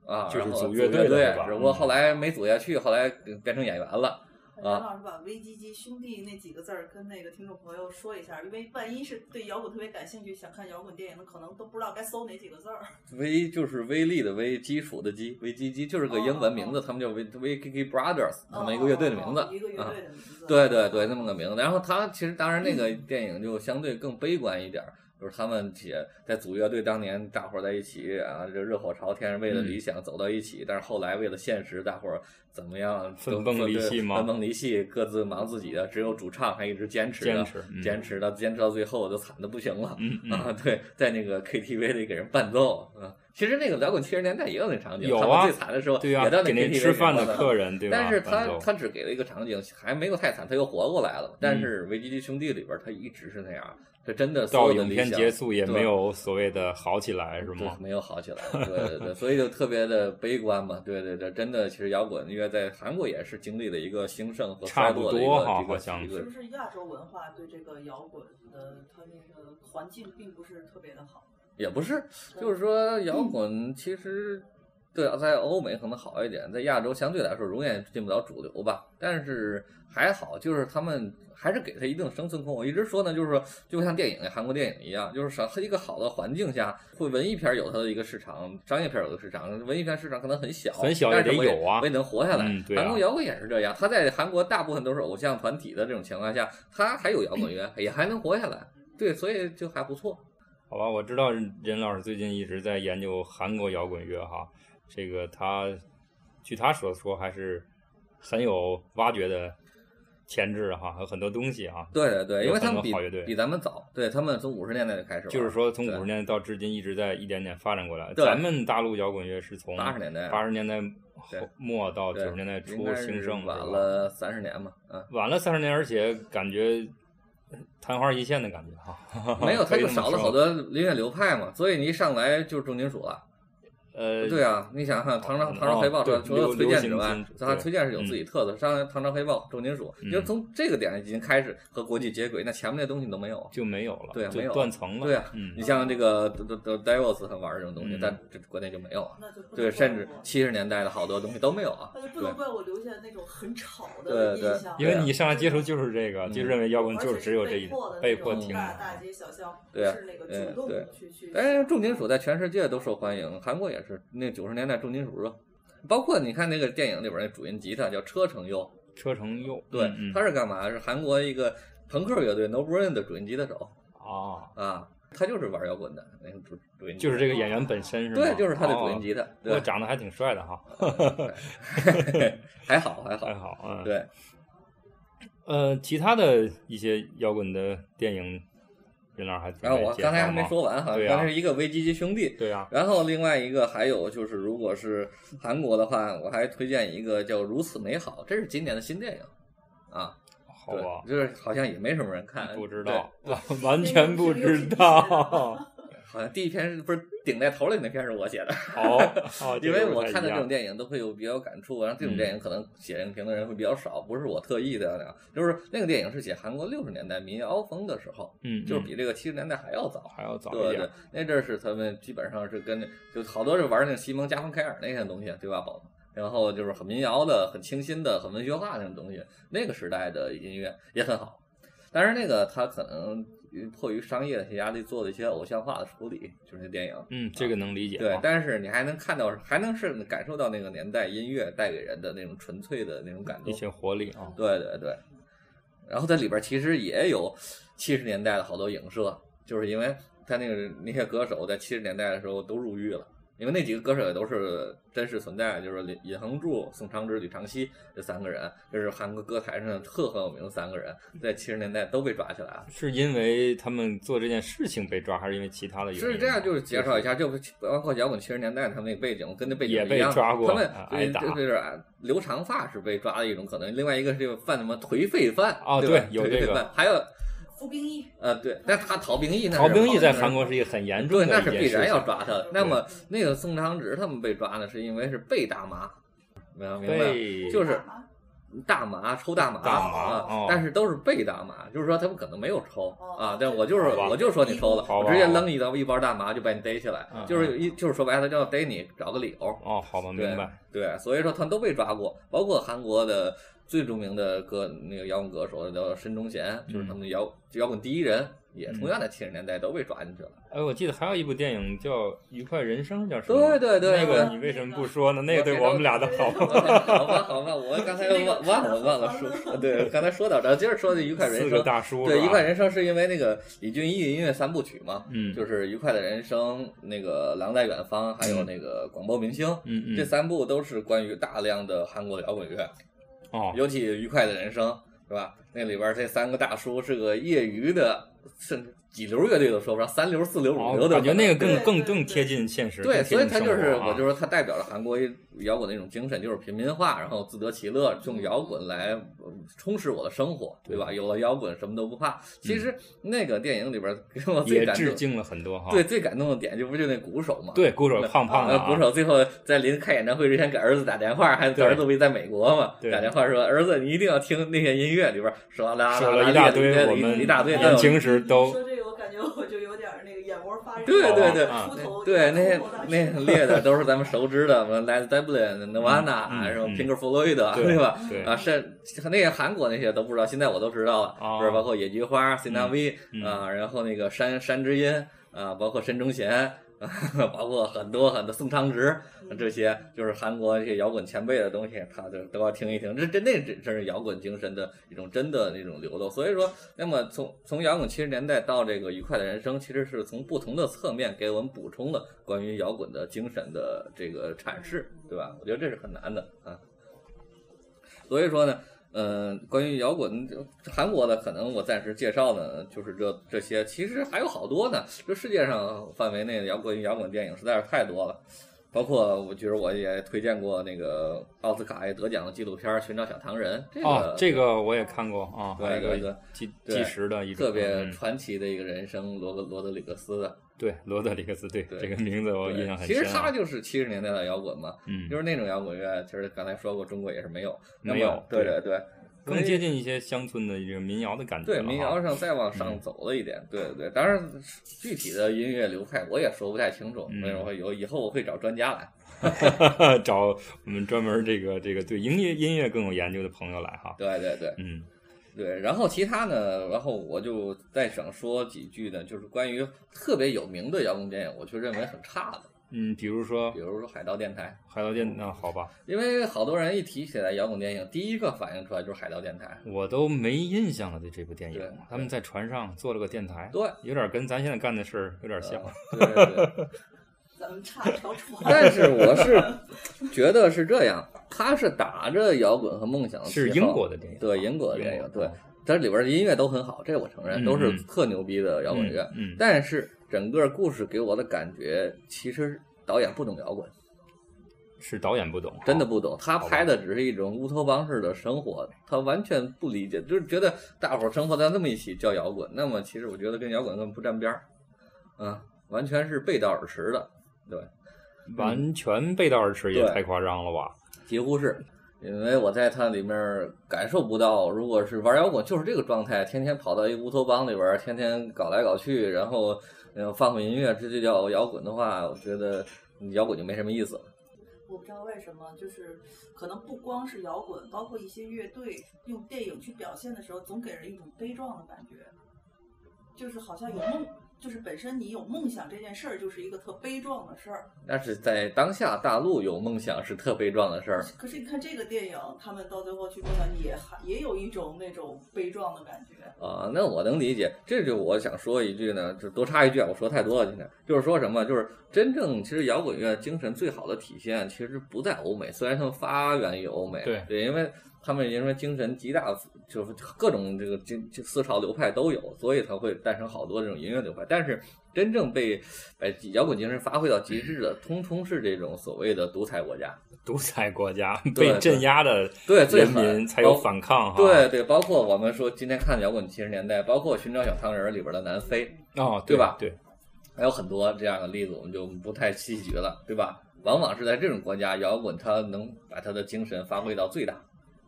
[SPEAKER 2] 啊，
[SPEAKER 1] 就是
[SPEAKER 2] 然后
[SPEAKER 1] 组
[SPEAKER 2] 组
[SPEAKER 1] 乐队
[SPEAKER 2] 队
[SPEAKER 1] 的是吧
[SPEAKER 2] 只不过
[SPEAKER 1] 嗯
[SPEAKER 2] 后来没组下去，后来变成演员了。
[SPEAKER 3] 袁老师把“危机机兄弟”那几个字儿跟那个听众朋友说一下，因为万一是对摇滚特别感兴趣，想看摇滚电影的，可能都不知道该搜哪几个字儿。
[SPEAKER 2] 威就是威力的威，基础的基，威基基就是个英文名字，
[SPEAKER 3] 哦
[SPEAKER 2] 他们叫威威 K K Brothers，他们一个乐队的名字
[SPEAKER 3] 哦一个乐
[SPEAKER 2] 啊。
[SPEAKER 3] 队的名字。
[SPEAKER 2] 对对对，那么个名字。然后他其实当然那
[SPEAKER 3] 嗯
[SPEAKER 2] 个电影就相对更悲观一点儿，就是他们也在组乐队当年大伙儿在一起啊，这热火朝天，为了
[SPEAKER 1] 嗯
[SPEAKER 2] 理想走到一起，但是后来为了现实，大伙儿怎么样都
[SPEAKER 1] 分崩离析吗
[SPEAKER 2] 分崩离析，各自忙自己的，只有主唱还一直坚持
[SPEAKER 1] 坚
[SPEAKER 2] 着，
[SPEAKER 1] 持，嗯
[SPEAKER 2] 坚持到坚持到最后，都惨的不行了。
[SPEAKER 1] 嗯嗯，
[SPEAKER 2] 啊，对，在那个 KTV 里给人伴奏，啊，其实那个摇滚七十年代也有那场景，
[SPEAKER 1] 有
[SPEAKER 2] 他
[SPEAKER 1] 啊
[SPEAKER 2] 们最惨的时候，
[SPEAKER 1] 对呀
[SPEAKER 2] 也到，
[SPEAKER 1] 给
[SPEAKER 2] KTV
[SPEAKER 1] 那吃饭
[SPEAKER 2] 给人
[SPEAKER 1] 的
[SPEAKER 2] 伴奏
[SPEAKER 1] 客人对吧？
[SPEAKER 2] 但是他
[SPEAKER 1] 伴奏
[SPEAKER 2] 他只给了一个场景，还没有太惨，他又活过来了。但
[SPEAKER 1] 嗯
[SPEAKER 2] 是《危机机兄弟》里边他一直是那样，他真的所
[SPEAKER 1] 到
[SPEAKER 2] 有的
[SPEAKER 1] 影
[SPEAKER 2] 理
[SPEAKER 1] 片
[SPEAKER 2] 想
[SPEAKER 1] 结束也
[SPEAKER 2] 对
[SPEAKER 1] 没有所谓的好起来是
[SPEAKER 2] 对
[SPEAKER 1] 吗？
[SPEAKER 2] 没有好起来，对对对，所以就特别的悲观嘛。对对对，真的，其实摇滚乐在韩国也是经历了一个兴盛和衰落的一
[SPEAKER 1] 差不多哈
[SPEAKER 2] 个一
[SPEAKER 1] 好
[SPEAKER 2] 个
[SPEAKER 1] 像
[SPEAKER 2] 一
[SPEAKER 3] 是
[SPEAKER 2] 个
[SPEAKER 3] 不。是亚洲文化对这个摇滚的它那个环境并不是特别的好？
[SPEAKER 2] 也不是，就是说摇滚其实对，在欧美可能好一点，在亚洲相对来说永远进不了主流吧。但是还好，就是他们还是给他一定生存空间。我一直说呢，就是说，就像电影韩国电影一样，就是啥一个好的环境下，会文艺片有它的一个市场，商业片有它的市场，文艺片市场可能很小，
[SPEAKER 1] 很小
[SPEAKER 2] 但
[SPEAKER 1] 也
[SPEAKER 2] 是
[SPEAKER 1] 得
[SPEAKER 2] 我也
[SPEAKER 1] 有啊
[SPEAKER 2] 我也能活下来。
[SPEAKER 1] 嗯对啊
[SPEAKER 2] 韩国摇滚也是这样，他在韩国大部分都是偶像团体的这种情况下，他还有摇
[SPEAKER 1] *clears throat*
[SPEAKER 2] 滚乐，也还能活下来。对，所以就还不错。
[SPEAKER 1] 好吧，我知道任老师最近一直在研究韩国摇滚乐哈，这个他据他所说还是很有挖掘的潜质哈，有很多东西啊。
[SPEAKER 2] 对对对，
[SPEAKER 1] 有
[SPEAKER 2] 因为
[SPEAKER 1] 很
[SPEAKER 2] 他们
[SPEAKER 1] 多
[SPEAKER 2] 比
[SPEAKER 1] 好乐队
[SPEAKER 2] 比咱们早，对他们从五十年代就开始玩，
[SPEAKER 1] 就是说，从五
[SPEAKER 2] 对
[SPEAKER 1] 十年代到至今，一直在一点点发展过来。
[SPEAKER 2] 对
[SPEAKER 1] 咱们大陆摇滚乐是从
[SPEAKER 2] 八十年代
[SPEAKER 1] 八十年代
[SPEAKER 2] 对
[SPEAKER 1] 后末到九
[SPEAKER 2] 对
[SPEAKER 1] 十年代
[SPEAKER 2] 应
[SPEAKER 1] 初
[SPEAKER 2] 该
[SPEAKER 1] 兴
[SPEAKER 2] 是
[SPEAKER 1] 盛，
[SPEAKER 2] 晚
[SPEAKER 1] 是吧
[SPEAKER 2] 了三十年嘛，
[SPEAKER 1] *laughs*
[SPEAKER 2] 啊，
[SPEAKER 1] 晚了三十年，而且感觉昙花一现的感觉哈。
[SPEAKER 2] 没有，
[SPEAKER 1] 可
[SPEAKER 2] 它
[SPEAKER 1] 以
[SPEAKER 2] 就
[SPEAKER 1] 这么
[SPEAKER 2] 少了
[SPEAKER 1] 说
[SPEAKER 2] 好。多音乐流派嘛，所以你一上来就是重金属了。
[SPEAKER 1] 呃，
[SPEAKER 2] 对啊，你想想唐朝
[SPEAKER 1] 哦
[SPEAKER 2] 唐朝黑豹，除
[SPEAKER 1] 对
[SPEAKER 2] 了除了
[SPEAKER 1] 流
[SPEAKER 2] 崔健之
[SPEAKER 1] 流
[SPEAKER 2] 外
[SPEAKER 1] 行金，属
[SPEAKER 2] 它
[SPEAKER 1] 对
[SPEAKER 2] 崔健是有
[SPEAKER 1] 嗯
[SPEAKER 2] 自己特色，上来唐朝黑豹重金属，
[SPEAKER 1] 嗯
[SPEAKER 2] 就从这个点已经开始和国际接轨，那前面那东西你都没有啊。
[SPEAKER 1] 就没有了，
[SPEAKER 2] 对啊没有
[SPEAKER 1] 就
[SPEAKER 2] 了
[SPEAKER 1] 断层了。
[SPEAKER 2] 对啊
[SPEAKER 1] 嗯
[SPEAKER 2] 你，像这个 The The Devils 很玩这种东西
[SPEAKER 1] 嗯，
[SPEAKER 2] 但这国内就没有啊。
[SPEAKER 3] 那就不能
[SPEAKER 2] 对，
[SPEAKER 3] 怪
[SPEAKER 2] 甚至
[SPEAKER 3] 我
[SPEAKER 2] 七十年代的好多东西都没有啊。
[SPEAKER 3] 那就呃不
[SPEAKER 2] 对
[SPEAKER 3] 能怪我留下那种很吵的
[SPEAKER 2] 对对啊
[SPEAKER 3] 印象，
[SPEAKER 1] 因为你上来接触就是这个，
[SPEAKER 2] 嗯
[SPEAKER 1] 就认为摇滚
[SPEAKER 3] 而且
[SPEAKER 1] 就是只有这一
[SPEAKER 3] 被迫的
[SPEAKER 1] 被
[SPEAKER 3] 那
[SPEAKER 1] 迫
[SPEAKER 3] 种
[SPEAKER 1] 听
[SPEAKER 3] 大
[SPEAKER 1] 的。
[SPEAKER 3] 大街小巷，
[SPEAKER 2] 对啊
[SPEAKER 3] 不是那个
[SPEAKER 2] 对
[SPEAKER 3] 主动
[SPEAKER 2] 对
[SPEAKER 3] 去去。
[SPEAKER 2] 但是哎重金属在全世界都受欢迎，韩国也是，那九十年代重金属热，包括你看那个电影里边那主音吉他叫车成佑，
[SPEAKER 1] 车程佑，
[SPEAKER 2] 对
[SPEAKER 1] 嗯，嗯
[SPEAKER 2] 他是干嘛？是韩国一个朋克乐队 No Brain 的主音吉他手
[SPEAKER 1] 啊，
[SPEAKER 2] 啊，他就是玩摇滚的，那个主主音吉
[SPEAKER 1] 就
[SPEAKER 2] 他
[SPEAKER 1] 是这个演员本身是吗？
[SPEAKER 2] 对，就是他的主
[SPEAKER 1] 哦
[SPEAKER 2] 音吉他，
[SPEAKER 1] 不过
[SPEAKER 2] 对，
[SPEAKER 1] 长得还挺帅的哈， *laughs*
[SPEAKER 2] 对还好还
[SPEAKER 1] 还
[SPEAKER 2] 好，
[SPEAKER 1] 好，嗯，。
[SPEAKER 2] 对，
[SPEAKER 1] 呃，其他的一些摇滚的电影，任老师还准备
[SPEAKER 2] 然后我
[SPEAKER 1] 介绍
[SPEAKER 2] 刚才还没
[SPEAKER 1] 吗，
[SPEAKER 2] 说完哈，
[SPEAKER 1] 对啊
[SPEAKER 2] 刚才是一个危机及兄弟。
[SPEAKER 1] 对啊呀、
[SPEAKER 2] 然后另外一个还有就是，如果是韩国的话，我还推荐一个叫《如此美好》，这是今年的新电影，啊，
[SPEAKER 1] 好
[SPEAKER 2] 对
[SPEAKER 1] 吧，，
[SPEAKER 2] 就是好像也没什么人看，
[SPEAKER 1] 不知
[SPEAKER 2] 对
[SPEAKER 1] 道， *laughs* 完全不知道。
[SPEAKER 2] 好像第一篇是不是顶在头里那篇是我写的，
[SPEAKER 1] *laughs* 好，
[SPEAKER 2] *laughs*
[SPEAKER 1] 好，
[SPEAKER 2] 因为我看的这种
[SPEAKER 1] 电
[SPEAKER 2] 电影都会有比较感触，啊然后这
[SPEAKER 1] 嗯
[SPEAKER 2] 种电影可能写影评的人会比较少，不是我特意的那，就是那个电影是写韩国六十年代民谣风的时候，
[SPEAKER 1] 影
[SPEAKER 2] 就是比这个七十年代还要早。
[SPEAKER 1] 嗯还要早一
[SPEAKER 2] 对
[SPEAKER 1] 点
[SPEAKER 2] 对，，那阵儿是他们基本上是跟就好多是玩那西蒙加蓬凯尔那些东西，对吧，宝宝？然后就是很民谣的、很清新的、很文学化那种东西，那个时代的音乐也很好。但是那个他可能迫于商业的一些压力，做了一些偶像化的处理，就是那电影。
[SPEAKER 1] 嗯，这个能理解
[SPEAKER 2] 对
[SPEAKER 1] 啊，，
[SPEAKER 2] 但是你还能看到，还能是感受到那个年代音乐带给人的那种纯粹的那种感
[SPEAKER 1] 一
[SPEAKER 2] 动。
[SPEAKER 1] 些活力啊，
[SPEAKER 2] 对对对，然后它里边其实也有七十年代的好多影射，就是因为他那个那些歌手在七十年代的时候都入狱了，因为那几个歌手也都是真实存在，就是尹尹恒柱、宋昌之、吕长熙这三个人，就是韩国歌坛上赫赫有名的三个人，在七十年代都被抓起来了。
[SPEAKER 1] 是因为他们做这件事情被抓，还是因为其他的原因？
[SPEAKER 2] 是这样，就是介绍一下，这不包括摇滚七十年代他们那个背景，跟那背景
[SPEAKER 1] 也
[SPEAKER 2] 一
[SPEAKER 1] 被
[SPEAKER 2] 样
[SPEAKER 1] 抓过
[SPEAKER 2] 他们
[SPEAKER 1] 啊挨
[SPEAKER 2] 对
[SPEAKER 1] 打
[SPEAKER 2] 对对，就是留长发是被抓的一种可能，另外一个是这个犯什么颓废犯
[SPEAKER 1] 哦
[SPEAKER 2] 对吧
[SPEAKER 1] 对有
[SPEAKER 2] 颓
[SPEAKER 1] 这
[SPEAKER 2] 废
[SPEAKER 1] 个
[SPEAKER 2] 犯，还有
[SPEAKER 3] 服兵役，
[SPEAKER 2] 呃对，但他逃兵役那
[SPEAKER 1] 逃
[SPEAKER 2] 是
[SPEAKER 1] 兵役在
[SPEAKER 2] 好
[SPEAKER 1] 韩国是一个很严重
[SPEAKER 2] 对，
[SPEAKER 1] 的
[SPEAKER 2] 那
[SPEAKER 1] 一
[SPEAKER 2] 是
[SPEAKER 1] 件
[SPEAKER 2] 必
[SPEAKER 1] 事
[SPEAKER 2] 然要
[SPEAKER 1] 情，
[SPEAKER 2] 抓他的。那么那个宋长直他们被抓呢，是因为是被大麻，明白明白？
[SPEAKER 1] 被
[SPEAKER 2] 就是
[SPEAKER 3] 干嘛
[SPEAKER 2] 大麻抽大麻，
[SPEAKER 1] 大麻
[SPEAKER 2] 啊
[SPEAKER 1] 哦
[SPEAKER 2] 但是都是被大麻，就是说他们可能没有抽
[SPEAKER 3] 哦
[SPEAKER 2] 啊，但我就是
[SPEAKER 1] 好吧
[SPEAKER 2] 我就说你抽了，
[SPEAKER 1] 好吧
[SPEAKER 2] 我直接扔你一刀一包大麻就把你逮起来
[SPEAKER 1] 嗯，
[SPEAKER 2] 就是一就是说白了他就要逮你，找个理由。
[SPEAKER 1] 哦，好吧，
[SPEAKER 2] 对
[SPEAKER 1] 明白，
[SPEAKER 2] 对，所以说他们都被抓过，包括韩国的最著名的歌那个摇滚歌手叫申钟贤，就是
[SPEAKER 1] 嗯
[SPEAKER 2] 他们的摇摇滚第一人，也同样在七十年代都被抓进去了。
[SPEAKER 1] 哎，我记得还有一部电影叫《愉快人生》，叫什么？
[SPEAKER 2] 对对对，
[SPEAKER 1] 那
[SPEAKER 2] 对
[SPEAKER 1] 个你为什么不说呢？那个
[SPEAKER 2] 我
[SPEAKER 1] 对
[SPEAKER 2] 给
[SPEAKER 1] 我
[SPEAKER 2] 他
[SPEAKER 1] 们俩的好
[SPEAKER 2] *laughs* 好吧，好吧，我刚才忘忘了忘了说，对，刚才说到这儿，接着说这愉快人
[SPEAKER 1] 四个
[SPEAKER 2] 生。
[SPEAKER 1] 大叔，
[SPEAKER 2] 对，愉
[SPEAKER 1] 一
[SPEAKER 2] 快人生是因为那个李俊毅音乐三部曲嘛，
[SPEAKER 1] 嗯，
[SPEAKER 2] 就是愉快的人生、那个狼在远方，还有那个广播明星，
[SPEAKER 1] 嗯嗯，
[SPEAKER 2] 这三部都是关于大量的韩国摇滚乐，
[SPEAKER 1] 哦，
[SPEAKER 2] 尤其愉快的人生是吧？那里边这三个大叔是个业余的，甚至几流乐队都说不上，三流、四流、五
[SPEAKER 1] 哦
[SPEAKER 2] 流的可
[SPEAKER 1] 感
[SPEAKER 2] 能，
[SPEAKER 1] 觉那个更
[SPEAKER 3] 对
[SPEAKER 1] 更
[SPEAKER 3] 对
[SPEAKER 1] 更
[SPEAKER 3] 对
[SPEAKER 1] 贴近现实，
[SPEAKER 2] 对，
[SPEAKER 1] 更贴
[SPEAKER 2] 所以
[SPEAKER 1] 近
[SPEAKER 2] 他
[SPEAKER 1] 生
[SPEAKER 2] 就是，
[SPEAKER 1] 活啊
[SPEAKER 2] 我就说他代表了韩国摇滚的一种精神，就是平民化，然后自得其乐，用摇滚来呃充实我的生活，对吧？有了摇滚，什么都不怕。其实那个电影里边给我
[SPEAKER 1] 嗯
[SPEAKER 2] 最
[SPEAKER 1] 也
[SPEAKER 2] 感
[SPEAKER 1] 致
[SPEAKER 2] 动，
[SPEAKER 1] 敬了很多哈。
[SPEAKER 2] 对最感动的点，就不就那鼓手嘛？。
[SPEAKER 1] 对，鼓手胖胖的
[SPEAKER 2] 呃，
[SPEAKER 1] 啊，
[SPEAKER 2] 鼓手最后在临开演唱会之前给儿子打电话，还
[SPEAKER 1] 对
[SPEAKER 2] 儿子不是在美国嘛？
[SPEAKER 1] 对
[SPEAKER 2] 打电话说：“儿子，你一定要听那些音乐里边说啦啦
[SPEAKER 1] 说了
[SPEAKER 2] 啦
[SPEAKER 1] 一大
[SPEAKER 2] 列列
[SPEAKER 1] 堆我
[SPEAKER 2] 一
[SPEAKER 1] 们
[SPEAKER 2] 一大堆
[SPEAKER 1] 对
[SPEAKER 2] 都有
[SPEAKER 1] 嗯年轻时
[SPEAKER 3] 你
[SPEAKER 1] 都
[SPEAKER 3] 说这个，我感觉我就有点儿那个眼窝发人
[SPEAKER 2] 对对对
[SPEAKER 1] 啊
[SPEAKER 3] 出头
[SPEAKER 2] 对，那
[SPEAKER 3] 那
[SPEAKER 2] 些那很烈的都是咱们熟知的，什么 Led Zeppelin、
[SPEAKER 1] 嗯
[SPEAKER 2] Nirvana，
[SPEAKER 1] 嗯
[SPEAKER 2] 然后
[SPEAKER 1] 嗯
[SPEAKER 2] Pink Floyd，
[SPEAKER 1] 对
[SPEAKER 2] 对吧？
[SPEAKER 1] 对
[SPEAKER 2] 啊，甚那些韩国那些都不知道，现在我都知道了，
[SPEAKER 1] 哦
[SPEAKER 2] 不是包括野菊花、C N V
[SPEAKER 1] 嗯
[SPEAKER 2] 啊，然后那个山山之音啊，包括申中贤，啊包括很多很多宋昌植
[SPEAKER 3] 嗯
[SPEAKER 2] 这些，就是韩国这些摇滚前辈的东西，他就都要听一听。这这那真真是摇滚精神的一种真的那种流露。所以说，那么从从摇滚七十年代到这个愉快的人生，其实是从不同的侧面给我们补充了关于摇滚的精神的这个阐释，对吧？我觉得这是很难的啊。所以说呢，
[SPEAKER 1] 哦
[SPEAKER 2] 嗯、关于摇滚韩国的，可能我暂时介绍呢，就是这这些，其实还有好多呢。这世界上范围内的摇滚摇滚电影实在是太多了，包括我觉得我也推荐过那个奥斯卡也得奖的纪录片《寻找小唐人》，这个、
[SPEAKER 1] 哦，这个我也看过啊，
[SPEAKER 2] 对
[SPEAKER 1] 还有一
[SPEAKER 2] 对
[SPEAKER 1] 个
[SPEAKER 2] 对
[SPEAKER 1] 纪
[SPEAKER 2] 对
[SPEAKER 1] 纪实的一种
[SPEAKER 2] 特别
[SPEAKER 1] 嗯
[SPEAKER 2] 传奇的一个人生，罗格罗德里格斯的。
[SPEAKER 1] 对罗德里格斯，对
[SPEAKER 2] 对
[SPEAKER 1] 这个名字我
[SPEAKER 2] 对
[SPEAKER 1] 印象很
[SPEAKER 2] 其
[SPEAKER 1] 深啊。
[SPEAKER 2] 实他就是七十年代的摇滚嘛，
[SPEAKER 1] 嗯
[SPEAKER 2] 就是那种摇滚乐。其实刚才说过，中国也是没有，那么
[SPEAKER 1] 没有
[SPEAKER 2] 对
[SPEAKER 1] 对
[SPEAKER 2] 对对，
[SPEAKER 1] 更接近一些乡村的这个民谣的感觉了
[SPEAKER 2] 对
[SPEAKER 1] 哈。
[SPEAKER 2] 民谣上再往
[SPEAKER 1] 嗯
[SPEAKER 2] 上走了一点，对对对。当然，具体的音乐流派我也说不太清楚，
[SPEAKER 1] 嗯
[SPEAKER 2] 所以我有以后我会找专家来。
[SPEAKER 1] *laughs* 找我们专门这个这个对音乐音乐更有研究的朋友来哈。
[SPEAKER 2] 对对对
[SPEAKER 1] 嗯
[SPEAKER 2] 对。然后其他呢，然后我就再想说几句呢，就是关于特别有名的摇滚电影，我却认为很差的，
[SPEAKER 1] 嗯，比如说
[SPEAKER 2] 比如说《海盗电台
[SPEAKER 1] 海盗
[SPEAKER 2] 哦
[SPEAKER 1] 电，那好吧，》，
[SPEAKER 2] 因为好多人一提起来摇滚电影，第一个反应出来就是《海盗电台》。
[SPEAKER 1] 我都没印象了对这部电
[SPEAKER 2] 对
[SPEAKER 1] 影。他们在船上做了个电台，
[SPEAKER 2] 对，
[SPEAKER 1] 有点跟咱现在干的事儿有点像。
[SPEAKER 2] 呃对对对。
[SPEAKER 3] 咱们差条船。
[SPEAKER 2] 但是我是觉得是这样，他是打着摇滚和梦想旗号
[SPEAKER 1] 是英国的电影，
[SPEAKER 2] 呃对英国的电影
[SPEAKER 1] 英，国
[SPEAKER 2] 对，它里边的音乐都很好，这我承
[SPEAKER 1] 嗯
[SPEAKER 2] 认，都是
[SPEAKER 1] 嗯
[SPEAKER 2] 特牛逼的摇滚乐。
[SPEAKER 1] 嗯，嗯
[SPEAKER 2] 但是整个故事给我的感觉，其实导演不懂摇滚，
[SPEAKER 1] 是导演不懂，
[SPEAKER 2] 真的
[SPEAKER 1] 哦好
[SPEAKER 2] 不懂。他
[SPEAKER 1] 吧
[SPEAKER 2] 拍的只是一种乌托邦式的生活，他完全不理解，就是觉得大伙儿生活在那么一起叫摇滚。那么其实我觉得跟摇滚根本不沾边儿，啊，完全是背道而驰的，对。
[SPEAKER 1] 完全背道而驰，也
[SPEAKER 2] 对
[SPEAKER 1] 太夸张了吧？
[SPEAKER 2] 几乎是，因为我在它里面感受不到，如果是玩摇滚就是这个状态，天天跑到一乌托邦里边儿，天天搞来搞去，然后嗯放放音乐，这就叫摇滚的话，我觉得嗯摇滚就没什么意思了。
[SPEAKER 3] 我不知道为什么，就是可能不光是摇滚，包括一些乐队用电影去表现的时候，总给人一种悲壮的感觉，就是好像有梦，就是本身你有梦想这件事儿就是一个特悲壮的事儿。
[SPEAKER 2] 但是在当下大陆有梦想是特悲壮的事儿，
[SPEAKER 3] 可是你看这个电影，他们到最后去梦想也还也有一种那种悲壮的感觉。
[SPEAKER 2] 啊，那我能理解，这就我想说一句呢，就多插一句啊，我说太多了今天，就是说什么，就是真正其实摇滚乐精神最好的体现，其实不在欧美，虽然他们发源于欧美，
[SPEAKER 1] 对
[SPEAKER 2] 因为他们因为精神极大，就是各种这个精这思潮流派都有，所以才会诞生好多这种音乐流派，但是。真正被把摇滚精神发挥到极致的，通通是这种所谓的独裁国家，
[SPEAKER 1] 独裁国家
[SPEAKER 2] 对
[SPEAKER 1] 被镇压的
[SPEAKER 2] 对最
[SPEAKER 1] 人
[SPEAKER 2] 狠
[SPEAKER 1] 民才有
[SPEAKER 2] 包
[SPEAKER 1] 反抗哈。
[SPEAKER 2] 对对，包括我们说今天看摇滚七十年代，包括《寻找小唐人》里边的南非，
[SPEAKER 1] 哦，
[SPEAKER 2] 对吧
[SPEAKER 1] 对，
[SPEAKER 2] 还有很多这样的例子，我们就不太细举了，对吧？往往是在这种国家，摇滚它能把它的精神发挥到最大。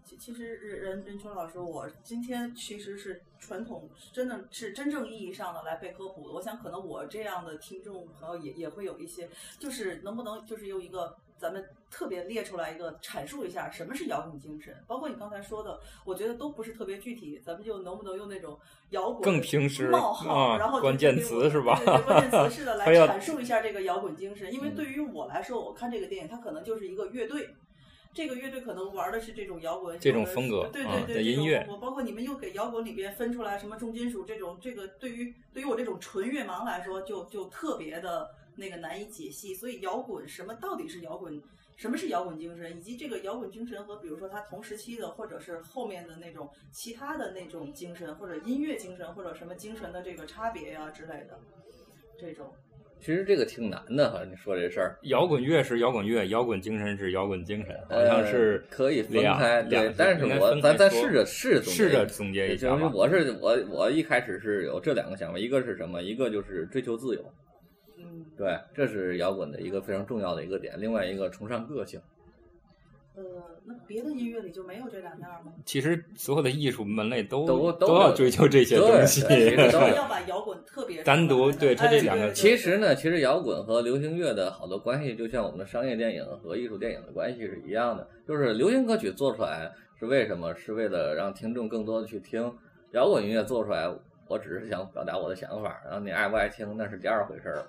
[SPEAKER 3] 其其实任任秋老师，我今天其实是传统，真的是真正意义上的来被科普。我想可能我这样的听众朋友也也会有一些，就是能不能就是用一个咱们特别列出来一个阐述一下什么是摇滚精神，包括你刚才说的，我觉得都不是特别具体，咱们就能不能用那种摇滚
[SPEAKER 1] 更平时
[SPEAKER 3] 冒号，
[SPEAKER 1] 啊
[SPEAKER 3] 然后就
[SPEAKER 1] 关键
[SPEAKER 3] 给我
[SPEAKER 1] 词是吧
[SPEAKER 3] 对对关键词
[SPEAKER 1] *laughs*
[SPEAKER 3] 似的来
[SPEAKER 1] 还要
[SPEAKER 3] 阐述一下这个摇滚精神，因为
[SPEAKER 2] 嗯
[SPEAKER 3] 对于我来说，我看这个电影，它可能就是一个乐队。这个乐队可能玩的是这种摇滚
[SPEAKER 1] 这种风格
[SPEAKER 3] 对
[SPEAKER 1] 啊
[SPEAKER 3] 对对，
[SPEAKER 1] 的
[SPEAKER 3] 这
[SPEAKER 1] 音
[SPEAKER 3] 种
[SPEAKER 1] 乐
[SPEAKER 3] 风格包括你们又给摇滚里边分出来什么重金属这种，这个对于对于我这种纯乐盲来说，就就特别的那个难以解析。所以摇滚什么到底是摇滚，什么是摇滚精神，以及这个摇滚精神和比如说它同时期的或者是后面的那种其他的那种精神或者音乐精神或者什么精神的这个差别呀、之类的，这种
[SPEAKER 2] 其实这个挺难的，好像你说这事儿，
[SPEAKER 1] 摇滚乐是摇滚乐，摇滚精神是摇滚精神，好
[SPEAKER 2] 呃
[SPEAKER 1] 像是
[SPEAKER 2] 可以分
[SPEAKER 1] 两
[SPEAKER 2] 开，
[SPEAKER 1] 两
[SPEAKER 2] 对。但是
[SPEAKER 1] 应该
[SPEAKER 2] 我
[SPEAKER 1] 分
[SPEAKER 2] 咱
[SPEAKER 1] 开
[SPEAKER 2] 咱
[SPEAKER 1] 说
[SPEAKER 2] 试着试着总
[SPEAKER 1] 试着
[SPEAKER 2] 结
[SPEAKER 1] 总结一
[SPEAKER 2] 就
[SPEAKER 1] 下
[SPEAKER 2] 是
[SPEAKER 1] 吧。
[SPEAKER 2] 我是我我一开始是有这两个想法，一个是什么？一个就是追求自由，
[SPEAKER 3] 嗯。
[SPEAKER 2] 对，这是摇滚的一个非常重要的一个点。另外一个崇尚个性，
[SPEAKER 3] 呃，那别的音乐里就没有这两样吗？
[SPEAKER 1] 其实所有的艺术门类都
[SPEAKER 2] 都
[SPEAKER 1] 都
[SPEAKER 2] 都
[SPEAKER 1] 要
[SPEAKER 2] 有
[SPEAKER 1] 追求这些
[SPEAKER 2] 对
[SPEAKER 1] 东西，
[SPEAKER 2] 对
[SPEAKER 3] 但 *laughs*
[SPEAKER 2] 都
[SPEAKER 3] 是
[SPEAKER 2] 有
[SPEAKER 3] 要把摇滚特别
[SPEAKER 1] 单独对它
[SPEAKER 3] 它
[SPEAKER 1] 这两个
[SPEAKER 2] 其实呢，其实摇滚和流行乐的好多关系，就像我们的商业电影和艺术电影的关系是一样的，就是流行歌曲做出来是为什么？是为了让听众更多的去听。摇滚音乐做出来，我只是想表达我的想法，然后你爱不爱听那是第二回事儿。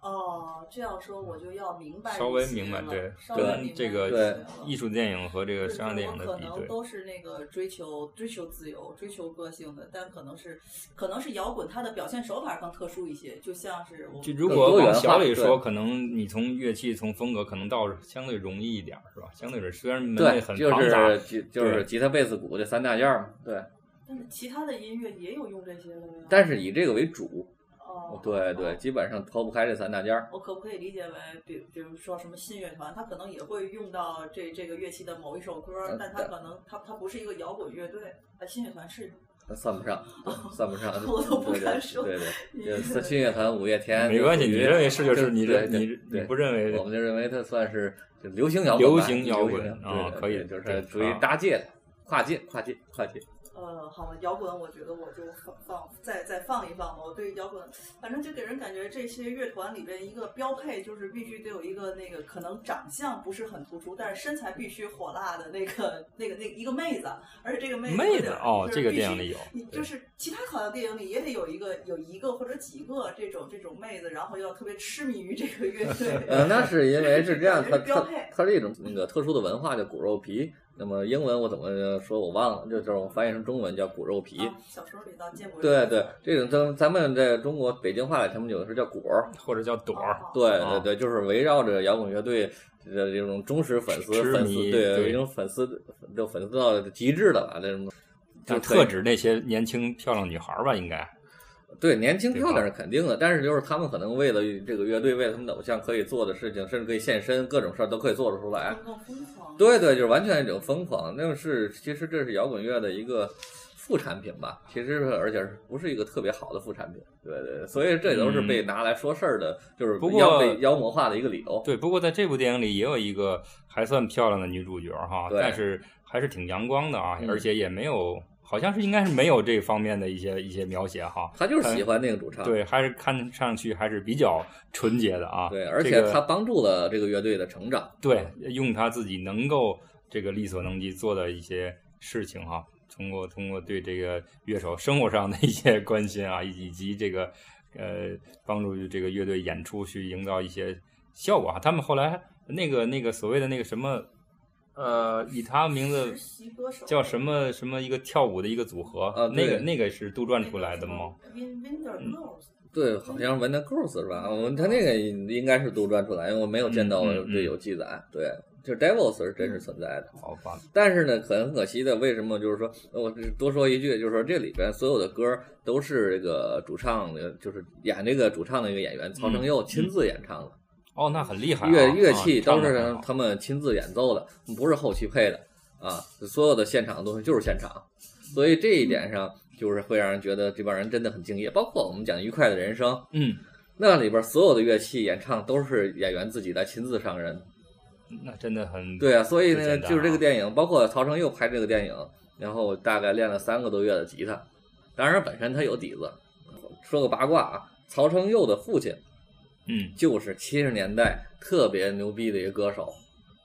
[SPEAKER 3] 哦，这样说我就要明白一些了，
[SPEAKER 1] 稍微明白对
[SPEAKER 3] 稍微
[SPEAKER 1] 跟
[SPEAKER 3] 明白
[SPEAKER 1] 这
[SPEAKER 3] 一
[SPEAKER 2] 对
[SPEAKER 3] 些
[SPEAKER 1] 个
[SPEAKER 3] 了
[SPEAKER 1] 艺术电影和这个
[SPEAKER 3] 就是
[SPEAKER 1] 商业电影的
[SPEAKER 3] 我可
[SPEAKER 1] 比
[SPEAKER 3] 能
[SPEAKER 1] 对，
[SPEAKER 3] 都是那个追求追求自由、追求个性的，但可能是可能是摇滚，它的表现手法更特殊一些，就像是我们
[SPEAKER 1] 就如
[SPEAKER 2] 更
[SPEAKER 1] 果
[SPEAKER 2] 多
[SPEAKER 1] 往
[SPEAKER 2] 元
[SPEAKER 1] 小
[SPEAKER 2] 化
[SPEAKER 1] 里说，
[SPEAKER 2] 对
[SPEAKER 1] 可能你从乐器、从风格，可能倒是相对容易一点儿，是吧？相对是虽然门类
[SPEAKER 2] 对
[SPEAKER 1] 很，
[SPEAKER 2] 就
[SPEAKER 1] 庞
[SPEAKER 2] 是
[SPEAKER 1] 杂，
[SPEAKER 2] 吉就是
[SPEAKER 1] 对
[SPEAKER 2] 吉他、贝斯、鼓这三大件儿嘛。对，
[SPEAKER 3] 但是其他的音乐也有用这些的呀。
[SPEAKER 2] 但是以这个为主。
[SPEAKER 3] 哦，
[SPEAKER 2] 对对，基本上脱不开这三大件儿。
[SPEAKER 3] 我可不可以理解为，比比如说什么信乐团，它可能也会用到这这个乐器的某一首歌
[SPEAKER 2] 嗯，
[SPEAKER 3] 但它可能它它不是一个摇滚乐队，啊，信乐团是，
[SPEAKER 2] 算不上，算不上
[SPEAKER 3] *laughs* 我都不敢说
[SPEAKER 2] 对对对，就
[SPEAKER 3] *laughs*
[SPEAKER 2] 是信乐团、五月天，
[SPEAKER 1] 没关系，
[SPEAKER 2] 就
[SPEAKER 1] 你
[SPEAKER 2] 属于
[SPEAKER 1] 认为是就是你
[SPEAKER 2] 对
[SPEAKER 1] 认
[SPEAKER 2] 对
[SPEAKER 1] 你
[SPEAKER 2] 对
[SPEAKER 1] 你不认
[SPEAKER 2] 我
[SPEAKER 1] 为
[SPEAKER 2] 们就认为它算是就流行摇滚吧，
[SPEAKER 1] 流行摇滚
[SPEAKER 2] 流行
[SPEAKER 1] 啊
[SPEAKER 2] 对
[SPEAKER 1] 可以
[SPEAKER 2] 对就
[SPEAKER 1] 对
[SPEAKER 2] 是属于
[SPEAKER 1] 啊
[SPEAKER 2] 搭界、跨界、跨界、跨界。
[SPEAKER 3] 呃，好吧，摇滚我觉得我就放放再再放一放吧。我对摇滚，反正就给人感觉这些乐团里边一个标配就是必须得有一个那个可能长相不是很突出，但是身材必须火辣的那个那个那一个妹子，而且这个妹子
[SPEAKER 1] 妹
[SPEAKER 3] 就
[SPEAKER 1] 子
[SPEAKER 3] 是
[SPEAKER 1] 哦
[SPEAKER 3] 就，
[SPEAKER 1] 这
[SPEAKER 3] 是
[SPEAKER 1] 个
[SPEAKER 3] 必须
[SPEAKER 1] 电影里有，
[SPEAKER 3] 你
[SPEAKER 1] 对
[SPEAKER 3] 就是其他好像电影里也得有一个有一个或者几个这种这种妹子，然后要特别痴迷于这个乐
[SPEAKER 2] *laughs* 呃，
[SPEAKER 1] 嗯
[SPEAKER 3] 队。
[SPEAKER 2] 那是因为是这
[SPEAKER 3] *laughs*
[SPEAKER 2] 样，
[SPEAKER 3] 这
[SPEAKER 2] 它
[SPEAKER 3] 是标
[SPEAKER 2] 它
[SPEAKER 3] 配
[SPEAKER 2] 它是一种那个特殊的文化，叫骨肉皮。那么英文我怎么说我忘了，就就是我翻译成中文叫骨肉皮。
[SPEAKER 3] 啊小时候里倒见过这
[SPEAKER 2] 对
[SPEAKER 3] 个词
[SPEAKER 2] 对
[SPEAKER 3] 儿。，
[SPEAKER 2] 这种咱咱们在中国北京话里，他们有的是叫果儿，
[SPEAKER 1] 或者叫朵儿，
[SPEAKER 3] 哦
[SPEAKER 2] 对
[SPEAKER 1] 啊
[SPEAKER 2] 对对，就是围绕着摇滚乐队的这种忠实粉丝
[SPEAKER 1] 痴，
[SPEAKER 2] 粉丝
[SPEAKER 1] 迷
[SPEAKER 2] 对
[SPEAKER 1] 对
[SPEAKER 2] 这种粉丝就粉丝到极致的吧，这种
[SPEAKER 1] 就
[SPEAKER 2] 就
[SPEAKER 1] 啊特指那些年轻漂亮女孩儿吧，应该
[SPEAKER 2] 对年轻
[SPEAKER 1] 对
[SPEAKER 2] 漂
[SPEAKER 1] 吧
[SPEAKER 2] 亮是肯定的，但是就是他们可能为了这个乐队，为了他们的偶像可以做的事情，甚至可以献身，各种事儿都可以做得出来。
[SPEAKER 3] 更疯狂。
[SPEAKER 2] 对对，就是完全一种疯狂，那是其实这是摇滚乐的一个副产品吧，其实是而且是不是一个特别好的副产品，对对，所以这都是被拿来说事儿的，就是
[SPEAKER 1] 嗯不过
[SPEAKER 2] 妖被妖魔化的一个理由。
[SPEAKER 1] 对。不过在这部电影里也有一个还算漂亮的女主角哈，
[SPEAKER 2] 对
[SPEAKER 1] 但是还是挺阳光的啊，
[SPEAKER 2] 嗯
[SPEAKER 1] 而且也没有，好像是应该是没有这方面的一些一些描写哈。
[SPEAKER 2] 他就是喜欢那个主唱，
[SPEAKER 1] 对，还是看上去还是比较纯洁的啊。
[SPEAKER 2] 对，而
[SPEAKER 1] 这
[SPEAKER 2] 且
[SPEAKER 1] 个
[SPEAKER 2] 他帮助了这个乐队的成长。
[SPEAKER 1] 对，呃用他自己能够这个力所能及做的一些事情哈、通过通过对这个乐手生活上的一些关心啊，以以及这个呃帮助这个乐队演出去营造一些效果啊。他们后来那个那个所谓的那个什么呃，以他名字
[SPEAKER 3] 实习歌手啊
[SPEAKER 1] 叫什么什么一个跳舞的一个组合，
[SPEAKER 2] 啊
[SPEAKER 1] 那个
[SPEAKER 2] 对
[SPEAKER 1] 那个是杜撰出来的吗？
[SPEAKER 3] ？Win Winter Girls。
[SPEAKER 2] 对，好像是 w i n d e Girls 是吧？我他那个应该是杜撰出来，因为我没有见到
[SPEAKER 1] 嗯嗯嗯
[SPEAKER 2] 这有记载。对，就是 Devils 是真实存在的。
[SPEAKER 1] 好吧，
[SPEAKER 2] 但是呢，很可惜的，为什么就是说，我多说一句，就是说这里边所有的歌都是这个主唱的，就是演这个主唱的一个演员曹承佑亲自演唱的，
[SPEAKER 1] 嗯哦，那很厉害、啊，
[SPEAKER 2] 乐
[SPEAKER 1] 啊
[SPEAKER 2] 乐器
[SPEAKER 1] 唱
[SPEAKER 2] 都
[SPEAKER 1] 得
[SPEAKER 2] 是
[SPEAKER 1] 很好
[SPEAKER 2] 他们亲自演奏的，不是后期配的啊。所有的现场的东西就是现场，所以这一点上就是会让人觉得这帮人真的很敬业。包括我们讲《愉快的人生》，
[SPEAKER 1] 嗯，
[SPEAKER 2] 那里边所有的乐器演唱都是演员自己来亲自上任。
[SPEAKER 1] 那真的很
[SPEAKER 2] 对啊，所以
[SPEAKER 1] 不
[SPEAKER 2] 那个
[SPEAKER 1] 简单啊
[SPEAKER 2] 就是这个电影，包括曹承佑拍这个电影，然后大概练了三个多月的吉他。当然，本身他有底子。说个八卦啊，曹承佑的父亲
[SPEAKER 1] 嗯，
[SPEAKER 2] 就是七十年代特别牛逼的一个歌手，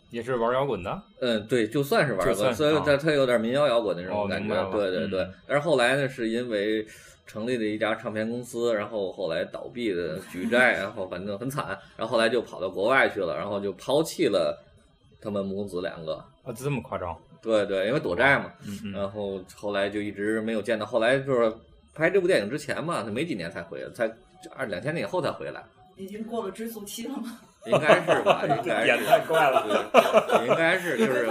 [SPEAKER 1] 也是玩摇滚的。啊
[SPEAKER 2] 嗯，对，就算是玩
[SPEAKER 1] 就
[SPEAKER 2] 摇
[SPEAKER 1] 算
[SPEAKER 2] 滚，
[SPEAKER 1] 是
[SPEAKER 2] 所以
[SPEAKER 1] 啊
[SPEAKER 2] 它它有点民谣摇滚的那
[SPEAKER 1] 哦
[SPEAKER 2] 种感
[SPEAKER 1] 明
[SPEAKER 2] 觉
[SPEAKER 1] 白了，
[SPEAKER 2] 对对对
[SPEAKER 1] 嗯。
[SPEAKER 2] 但是后来呢，是因为成立了一家唱片公司，然后后来倒
[SPEAKER 1] *laughs*
[SPEAKER 2] 闭的举债，然后反正很惨，然后后来就跑到国外去了，然后就抛弃了他们母子两个，
[SPEAKER 1] 啊，这么夸张？
[SPEAKER 2] 对对，因为躲债嘛，
[SPEAKER 1] 嗯嗯，
[SPEAKER 2] 然后后来就一直没有见到，后来就是拍这部电影之前嘛，他没几年才回来，才二两千年以后才回来。
[SPEAKER 3] 已经过了追溯期了吗？
[SPEAKER 2] *laughs* 应该是吧，应该是
[SPEAKER 1] 怪了。
[SPEAKER 2] 对应该是就是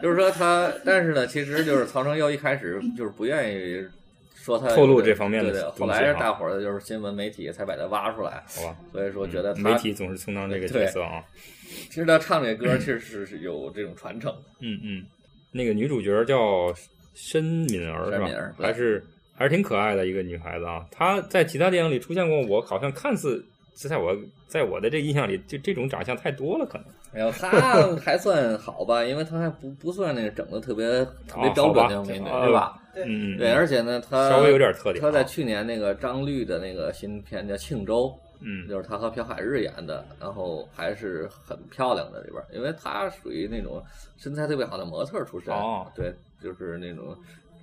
[SPEAKER 2] 就是说他，但是呢，其实就是曹承佑一开始就是不愿意说他
[SPEAKER 1] 透露这方面的
[SPEAKER 2] 对对
[SPEAKER 1] 东西
[SPEAKER 2] 后来是
[SPEAKER 1] 哈
[SPEAKER 2] 大伙儿就是新闻媒体才把他挖出来，
[SPEAKER 1] 好吧，
[SPEAKER 2] 所以说觉得
[SPEAKER 1] 嗯
[SPEAKER 2] 他
[SPEAKER 1] 媒体总是充当这个角色啊。
[SPEAKER 2] 其实他唱这歌其实是是有这种传承的，
[SPEAKER 1] 嗯嗯，那个女主角叫申敏儿是
[SPEAKER 2] 申
[SPEAKER 1] 吧
[SPEAKER 2] 敏儿？对
[SPEAKER 1] 还是还是挺可爱的一个女孩子啊。她在其他电影里出现过，我好像看似就在我在我的这印象里，就这种长相太多了，可能
[SPEAKER 2] 然后
[SPEAKER 1] *laughs*
[SPEAKER 2] 他还算好吧，因为他还不不算那个整的特别特别标准那种美女，
[SPEAKER 1] 哦好吧
[SPEAKER 2] 对吧？
[SPEAKER 3] 对
[SPEAKER 1] 嗯，
[SPEAKER 2] 对，而且呢，他
[SPEAKER 1] 稍微有点特点啊
[SPEAKER 2] 他在去年那个张律的那个新片叫《庆州》，
[SPEAKER 1] 嗯
[SPEAKER 2] 就是他和朴海日演的，然后还是很漂亮的里边儿，因为她属于那种身材特别好的模特儿出身，
[SPEAKER 1] 哦
[SPEAKER 2] 对，就是那种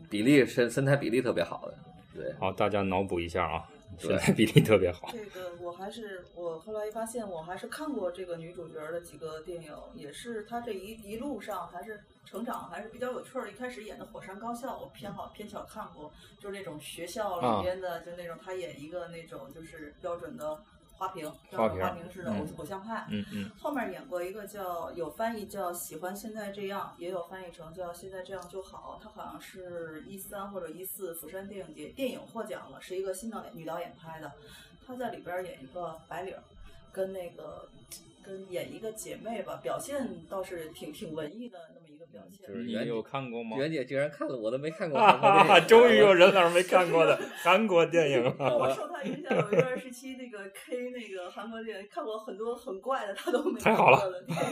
[SPEAKER 2] 比例身身材比例特别好的，对，
[SPEAKER 1] 好，大家脑补一下啊，
[SPEAKER 2] 对
[SPEAKER 1] 身材比例特别好，
[SPEAKER 3] 这个我还是我后来发现，我还是看过这个女主角的几个电影，也是她这一一路上还是成长还是比较有趣儿的。一开始演的《火山高校》，我偏好偏巧看过，就是那种学校
[SPEAKER 1] 啊
[SPEAKER 3] 里边的，就那种她演一个那种就是标准的花瓶，
[SPEAKER 1] 花
[SPEAKER 3] 标
[SPEAKER 1] 瓶
[SPEAKER 3] 准花瓶式的偶
[SPEAKER 1] 嗯
[SPEAKER 3] 偶像派。
[SPEAKER 1] 嗯嗯，
[SPEAKER 3] 后面演过一个叫有翻译叫《喜欢现在这样》，也有翻译成叫《现在这样就好》。她好像是一三或者一四釜山电影节电影获奖了，是一个新导演女导演拍的。她在里边演一个白领儿，跟那个跟演一个姐妹吧，表现倒是挺挺文艺的那么一个表现
[SPEAKER 2] 就。是
[SPEAKER 1] 你
[SPEAKER 2] 原
[SPEAKER 1] 有看过吗？ *laughs*
[SPEAKER 2] 袁姐竟然看了我都没看过，
[SPEAKER 1] 哈哈
[SPEAKER 2] *laughs*
[SPEAKER 1] 哈！终于有人老师没看过的韩国电影了。
[SPEAKER 3] 我受她影响，有一段时期那个 K 那个韩国电影，看过很多很怪的，她都没
[SPEAKER 1] 太
[SPEAKER 3] 看
[SPEAKER 1] 好
[SPEAKER 3] 过
[SPEAKER 1] 了
[SPEAKER 3] 的电影。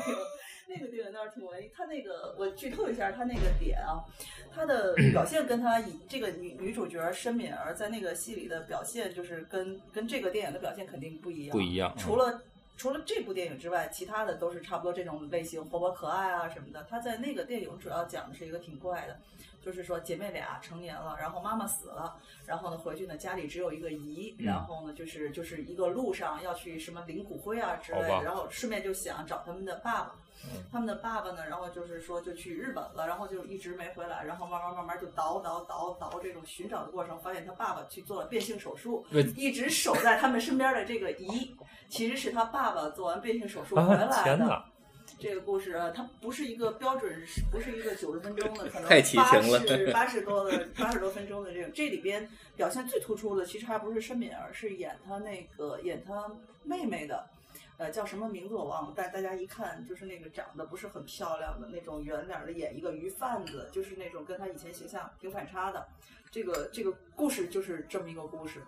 [SPEAKER 3] 那个电影倒是挺文艺，她那个我剧透一下，她那个点啊，她
[SPEAKER 1] *clears throat*
[SPEAKER 3] 的表现跟她以这个女女主角申敏儿在那个戏里的表现，就是跟跟这个电影的表现肯定不一样，
[SPEAKER 1] 不一样啊嗯
[SPEAKER 3] 除了。除了这部电影之外，其他的都是差不多这种类型，活泼可爱啊什么的。她在那个电影主要讲的是一个挺怪的，就是说姐妹俩成年了，然后妈妈死了，然后呢，回去呢家里只有一个姨，
[SPEAKER 1] 嗯
[SPEAKER 3] 然后呢就是就是一个路上要去什么领骨灰啊之类
[SPEAKER 1] 好
[SPEAKER 3] 的，
[SPEAKER 1] 吧嗯
[SPEAKER 3] 然后顺便就想找他们的爸爸。他们的爸爸呢，然后就是说就去日本了，然后就一直没回来，然后慢慢慢慢就倒倒倒倒这种寻找的过程，发现他爸爸去做了变性手术
[SPEAKER 1] 对，
[SPEAKER 3] 一直守在他们身边的这个姨，其实是他爸爸做完变性手术回来
[SPEAKER 1] 啊
[SPEAKER 3] 的。！
[SPEAKER 1] 天哪，
[SPEAKER 3] 这个故事啊，它不是一个标准，是不是一个九十分钟的，可能
[SPEAKER 2] 太奇情了
[SPEAKER 3] 八十多的八十多分钟的这种，这里边表现最突出的其实还不是申敏儿，是演她那个演她妹妹的。呃，叫什么名字我忘了，但是大家一看就是那个长得不是很漂亮的那种圆脸儿的，演一个鱼贩子，就是那种跟她以前形象挺反差的。这个这个故事就是这么一个故事，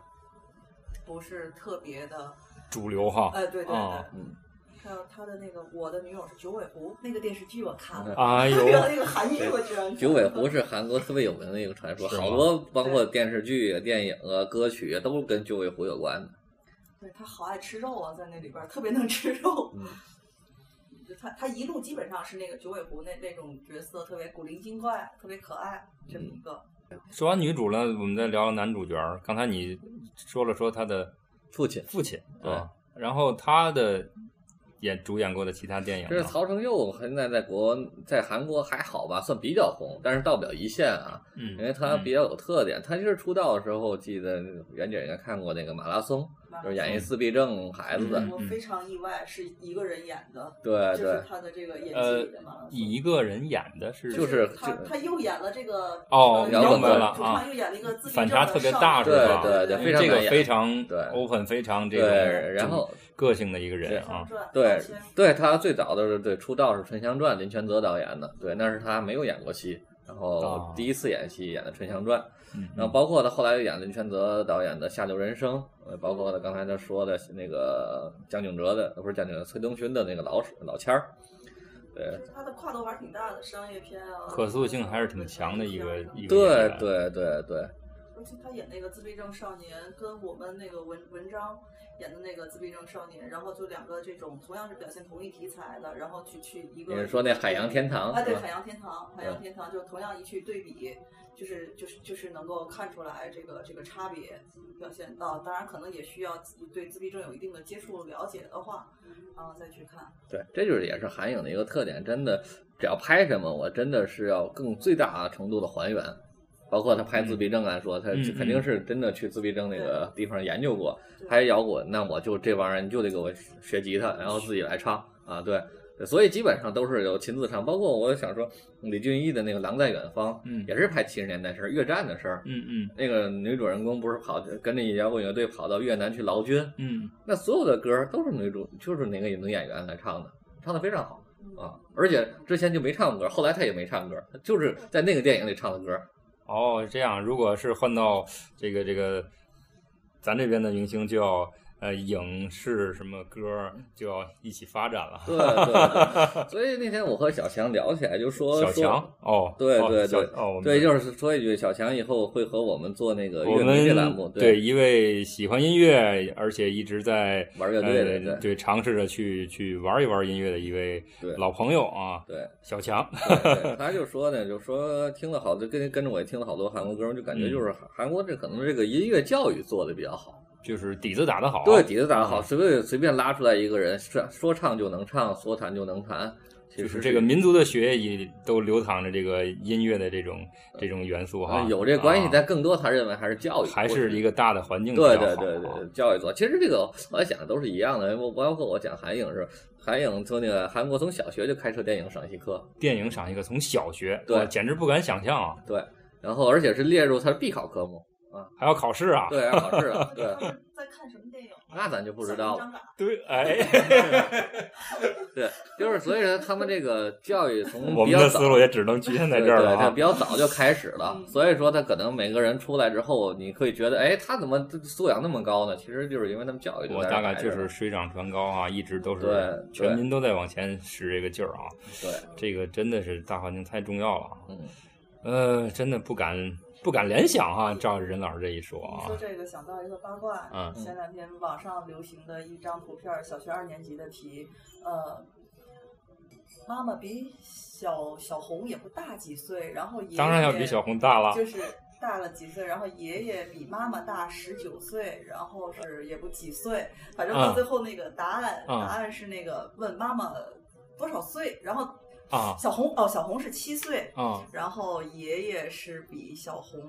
[SPEAKER 3] 不是特别的，
[SPEAKER 1] 主流哈
[SPEAKER 3] 呃，对对对，
[SPEAKER 1] 哦
[SPEAKER 2] 嗯
[SPEAKER 3] 还有他的那个《我的女友是九尾狐》那个电视剧我
[SPEAKER 2] *laughs*
[SPEAKER 3] 看了，
[SPEAKER 1] 哎
[SPEAKER 3] 还有
[SPEAKER 1] 呦，
[SPEAKER 3] *laughs* 那个韩剧我居然看了
[SPEAKER 2] 九尾狐是韩国特别有名的一个传说，
[SPEAKER 1] 是吗
[SPEAKER 2] 好多包括电视剧啊、电影啊、歌曲啊都跟九尾狐有关的。
[SPEAKER 3] 对他好爱吃肉啊，在那里边儿特别能吃肉。
[SPEAKER 2] 嗯
[SPEAKER 3] *laughs* 就他他一路基本上是那个九尾狐那那种角色，特别古灵精怪，特别可爱，
[SPEAKER 2] 嗯
[SPEAKER 3] 这么一个。
[SPEAKER 1] 说完女主呢，我们再聊聊男主角儿。刚才你说了说他的
[SPEAKER 2] 父亲，
[SPEAKER 1] 父亲，对吧，然后他的演主演过的其他电影呢，
[SPEAKER 2] 这是曹承佑，现在在国在韩国还好吧，算比较红，但是到不了一线啊，
[SPEAKER 1] 嗯，
[SPEAKER 2] 因为他比
[SPEAKER 1] 较
[SPEAKER 2] 较有特点。他就是出道的时候，记得袁姐应该看过那个《马拉松》，就是演一自闭症孩子的
[SPEAKER 1] 嗯。
[SPEAKER 3] 我非常意外，是一个人演的，
[SPEAKER 2] 对
[SPEAKER 3] 就是
[SPEAKER 2] 对，
[SPEAKER 3] 他的这个演技
[SPEAKER 1] 呃
[SPEAKER 3] 里的嘛。
[SPEAKER 1] 以一个人演的是
[SPEAKER 2] 就是
[SPEAKER 3] 他，他又演了这个
[SPEAKER 1] 哦
[SPEAKER 3] 这个
[SPEAKER 2] 摇滚
[SPEAKER 3] 摇滚
[SPEAKER 2] 了
[SPEAKER 1] 啊
[SPEAKER 3] 主唱又演了一个自闭
[SPEAKER 1] 反
[SPEAKER 3] 症
[SPEAKER 1] 差
[SPEAKER 3] 的
[SPEAKER 1] 特别
[SPEAKER 3] 少
[SPEAKER 1] 大，
[SPEAKER 3] 女嗯
[SPEAKER 1] 是
[SPEAKER 2] 对
[SPEAKER 1] 吧？
[SPEAKER 2] 对对非常
[SPEAKER 1] 这个
[SPEAKER 2] 难演
[SPEAKER 1] 非常
[SPEAKER 2] 嗯对
[SPEAKER 1] open，非常这种
[SPEAKER 2] 对，然后
[SPEAKER 1] 个性的一个人
[SPEAKER 3] 《
[SPEAKER 1] 啊
[SPEAKER 3] 双，传
[SPEAKER 2] 对
[SPEAKER 3] 大千
[SPEAKER 2] 对他最早的是对出道是《春香传》，林泉泽导演的，对，那是他没有演过戏，然后
[SPEAKER 1] 哦
[SPEAKER 2] 第一次演戏演的《春香传》，
[SPEAKER 1] 嗯
[SPEAKER 2] 然后包括他后来又演林泉泽导演的《下流人生》，呃，包括他刚才他说的那个江景哲的，呃不是江景哲，崔东勋的那个老鼠老千儿，对
[SPEAKER 3] 就是他的跨度还是挺大的，商业片啊，
[SPEAKER 1] 可塑性还是挺强的一个一个演
[SPEAKER 2] 对
[SPEAKER 1] 员
[SPEAKER 2] 对对对，
[SPEAKER 3] 尤其他演那个自闭症少年，跟我们那个文文章演的那个自闭症少年，然后就两个这种同样是表现同一题材的，然后去去
[SPEAKER 2] 你
[SPEAKER 3] 一个
[SPEAKER 2] 是说那《海洋天堂》
[SPEAKER 3] 啊，对，
[SPEAKER 2] 是吧嗯
[SPEAKER 3] 海洋天堂，海洋天堂就同样一去对比，就是就是就是能够看出来这个这个差别表现到，当然可能也需要自己对自闭症有一定的接触了解的话，然后再去看。
[SPEAKER 2] 对，这就是也是韩影的一个特点，真的，只要拍什么，我真的是要更最大啊程度的还原。包括他拍自闭症来说，他
[SPEAKER 1] 嗯
[SPEAKER 2] 肯定是真的去自闭症那个地方研究过。
[SPEAKER 3] 对
[SPEAKER 2] 拍摇滚，那我就这玩意儿，你就得给我学吉他，然后自己来唱啊，对。所以基本上都是有亲自唱，包括我想说李俊毅的那个《狼在远方》，
[SPEAKER 1] 嗯
[SPEAKER 2] 也是拍七十年代事儿，越战的事儿。
[SPEAKER 1] 嗯嗯
[SPEAKER 2] 那个女主人公不是跑跟着摇滚乐队跑到越南去劳军，
[SPEAKER 1] 嗯，
[SPEAKER 2] 那所有的歌都是女主，就是那个女演员来唱的，唱的非常好
[SPEAKER 3] 嗯
[SPEAKER 2] 啊！而且之前就没唱歌，后来她也没唱歌，就是在那个电影里唱的歌。
[SPEAKER 1] 哦，这样，如果是换到这个这个咱这边的明星，就要呃影视什么歌儿就要一起发展了。
[SPEAKER 2] 对对，所以那天我和小强聊起来，就 *laughs* 说
[SPEAKER 1] 小强
[SPEAKER 2] 说，
[SPEAKER 1] 哦，
[SPEAKER 2] 对
[SPEAKER 1] 哦
[SPEAKER 2] 对
[SPEAKER 1] 小
[SPEAKER 2] 对
[SPEAKER 1] 哦，我
[SPEAKER 2] 对，
[SPEAKER 1] 们
[SPEAKER 2] 就是说一句，小强以后会和我们做那个
[SPEAKER 1] 我
[SPEAKER 2] 乐迷这栏目，
[SPEAKER 1] 们
[SPEAKER 2] 对，
[SPEAKER 1] 一位喜欢音乐，而且一直在
[SPEAKER 2] 玩乐队的，
[SPEAKER 1] 呃对
[SPEAKER 2] 对
[SPEAKER 1] 尝试着去去玩一玩音乐的一位
[SPEAKER 2] 对
[SPEAKER 1] 老朋友啊，
[SPEAKER 2] 对。
[SPEAKER 1] 小强。 *laughs*
[SPEAKER 2] 对对他就说呢，就说听了好多，跟跟着我也听了好多韩国歌，就感
[SPEAKER 1] 嗯
[SPEAKER 2] 觉就是韩韩国这可能这个音乐教育做的比较好，
[SPEAKER 1] 就是底子打得好，啊嗯
[SPEAKER 2] 对底子打得好，随便随便拉出来一个人，说说唱就能唱，说弹就能弹，其
[SPEAKER 1] 就
[SPEAKER 2] 实
[SPEAKER 1] 是这个民族的血液里都流淌着这个音乐的这种这种元素哈，
[SPEAKER 2] 哎有这关系，
[SPEAKER 1] 啊
[SPEAKER 2] 但更多他认为还是教育，
[SPEAKER 1] 还是一
[SPEAKER 2] 个。
[SPEAKER 1] 个大的环境比较
[SPEAKER 2] 对
[SPEAKER 1] 好啊
[SPEAKER 2] 对对对，教育做，其实这个我想都是一样的。我包括我讲韩影是，韩影从那个韩国从小学就开设电影赏析课，
[SPEAKER 1] 电影赏一个从小学，
[SPEAKER 2] 对
[SPEAKER 1] 我简直不敢想象啊，
[SPEAKER 2] 对，然后而且是列入他的必考科目，
[SPEAKER 1] 还要考试啊，
[SPEAKER 2] 对，要考试
[SPEAKER 3] *laughs*
[SPEAKER 2] 了，对
[SPEAKER 3] 那，他们在看什么电影？
[SPEAKER 2] 那咱就不知道了。
[SPEAKER 3] 了。
[SPEAKER 1] 对，
[SPEAKER 2] *laughs*
[SPEAKER 1] 哎，
[SPEAKER 2] 对，就是所以说他们这个教育
[SPEAKER 1] *laughs*
[SPEAKER 2] 从
[SPEAKER 1] 我
[SPEAKER 2] 比
[SPEAKER 1] 们
[SPEAKER 2] 较
[SPEAKER 1] 的
[SPEAKER 2] 早
[SPEAKER 1] 思，路也只能局限在这儿了
[SPEAKER 2] 对对，
[SPEAKER 1] 啊
[SPEAKER 2] 对比。较早就开始了
[SPEAKER 3] 嗯。
[SPEAKER 2] 所以说他可能每个人出来之后，你可以觉得，哎，他怎么素养那么高呢？其实就是因为他们教育
[SPEAKER 1] 我
[SPEAKER 2] 在这
[SPEAKER 1] 大
[SPEAKER 2] 儿
[SPEAKER 1] 概
[SPEAKER 2] 摆
[SPEAKER 1] 就
[SPEAKER 2] 着
[SPEAKER 1] 是水涨船高啊，一直都
[SPEAKER 2] 对
[SPEAKER 1] 是
[SPEAKER 2] 对
[SPEAKER 1] 全民都在往前使这个劲儿啊，
[SPEAKER 2] 对，
[SPEAKER 1] 这个真的是大环境太重要了啊， *laughs*
[SPEAKER 2] 嗯，
[SPEAKER 1] 呃，真的不敢不敢联想啊，照任老师这一说
[SPEAKER 3] 你
[SPEAKER 1] 啊
[SPEAKER 3] 说，这个想到一个八卦，
[SPEAKER 1] 嗯
[SPEAKER 3] 前两天网上流行的一张图片儿，小学二年级的题，呃，妈妈比小小红也不大几岁，然后爷爷
[SPEAKER 1] 当然要比小红大了。
[SPEAKER 3] 就是大了几岁，然后爷爷比妈妈大十九岁，然后是也不几岁，反正到
[SPEAKER 1] 嗯
[SPEAKER 3] 最后那个答案、
[SPEAKER 1] 嗯
[SPEAKER 3] 答案是那个问妈妈多少岁，然后
[SPEAKER 1] 啊
[SPEAKER 3] 小红哦小红是七岁，
[SPEAKER 1] 啊，
[SPEAKER 3] 然后爷爷是比小红，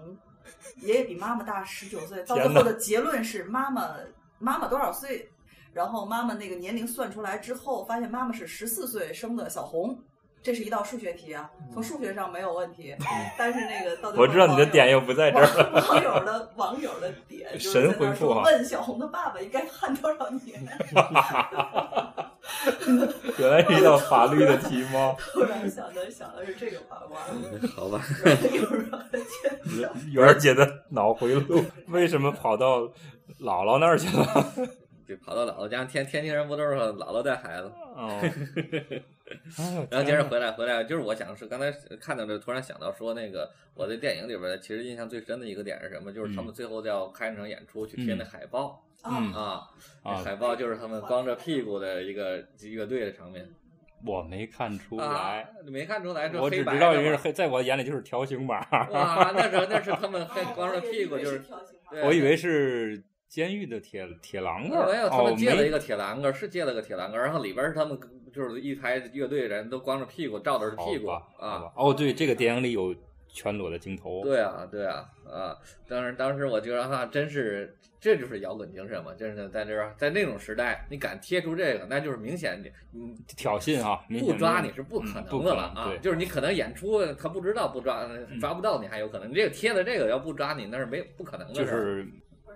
[SPEAKER 3] 爷爷比妈妈大十九岁。到
[SPEAKER 1] 天
[SPEAKER 3] 最
[SPEAKER 1] 哪
[SPEAKER 3] 后的结论是妈妈妈妈多少岁？然后妈妈那个年龄算出来之后，发现妈妈是十四岁生的小红。这是一道数学题啊，从数学上没有问题，但是那个到最
[SPEAKER 1] 嗯
[SPEAKER 3] 后
[SPEAKER 1] 我知道你的
[SPEAKER 3] 网友
[SPEAKER 1] 点又不在这
[SPEAKER 3] *laughs*
[SPEAKER 1] 儿了。
[SPEAKER 3] 网网友的网友的点就是在
[SPEAKER 1] 神
[SPEAKER 3] 那
[SPEAKER 1] 回
[SPEAKER 3] 儿
[SPEAKER 1] 复
[SPEAKER 3] 说
[SPEAKER 1] 啊
[SPEAKER 3] 问小红的爸爸应该判多少年？ *laughs*
[SPEAKER 1] 原来是一道法律的题吗？
[SPEAKER 3] 突然想的想的是这个八卦，
[SPEAKER 1] 嗯哎
[SPEAKER 2] 好吧，
[SPEAKER 3] 然后有
[SPEAKER 1] *laughs* 有
[SPEAKER 3] 人觉得
[SPEAKER 1] 人觉得脑回路为什么跑到姥姥那儿去了？
[SPEAKER 2] 就跑到姥姥家，天天津人不都是姥姥带孩子？ *laughs*
[SPEAKER 1] 哦，哎呦
[SPEAKER 2] 然后接着回来，回来就是我想是刚才看到这，突然想到说那个我在电影里边儿，其实印象最深的一个点是什么？就是他们最后要开那场演出去贴那海报、
[SPEAKER 1] 嗯
[SPEAKER 3] 啊，
[SPEAKER 2] 啊，那
[SPEAKER 1] 啊，
[SPEAKER 2] 海报就是他们光着屁股的一个乐队的场面。
[SPEAKER 1] 我没看出
[SPEAKER 2] 啊
[SPEAKER 1] 来，，
[SPEAKER 2] 没看出来是
[SPEAKER 1] 我
[SPEAKER 2] 黑
[SPEAKER 1] 只
[SPEAKER 2] 白
[SPEAKER 1] 知
[SPEAKER 2] 的
[SPEAKER 1] 道
[SPEAKER 2] 嘛
[SPEAKER 1] 人是黑，在我眼里就是条形码，
[SPEAKER 2] 哇，那是那是他们黑光着
[SPEAKER 3] 着
[SPEAKER 2] 屁股就是，
[SPEAKER 3] 条形码
[SPEAKER 2] 对
[SPEAKER 1] 我以为是监狱的铁铁栏杆儿。
[SPEAKER 2] 没有他
[SPEAKER 1] 哦，
[SPEAKER 2] 们借了一
[SPEAKER 1] 没
[SPEAKER 2] 个铁栏杆，是借了个铁栏杆，然后里边是他们就是一排乐队人都光着屁股照着
[SPEAKER 1] 好
[SPEAKER 2] 屁股
[SPEAKER 1] 吧好
[SPEAKER 2] 啊，
[SPEAKER 1] 吧哦，对，这个电影里有全裸的镜头。
[SPEAKER 2] 对啊对啊啊！当时当时我觉得哈、真是这就是摇滚精神嘛，真是在这儿在那种时代，你敢贴出这个，那就是明显你你
[SPEAKER 1] 挑衅啊，明显
[SPEAKER 2] 不抓你是不可
[SPEAKER 1] 嗯不
[SPEAKER 2] 能
[SPEAKER 1] 可
[SPEAKER 2] 的了
[SPEAKER 1] 能
[SPEAKER 2] 啊
[SPEAKER 1] 对！嗯
[SPEAKER 2] 就是你可能演出他不知道不抓抓不到你还有可能，你这个贴的这个要不抓你那是没不可能的事
[SPEAKER 1] 就
[SPEAKER 2] 儿。
[SPEAKER 1] 是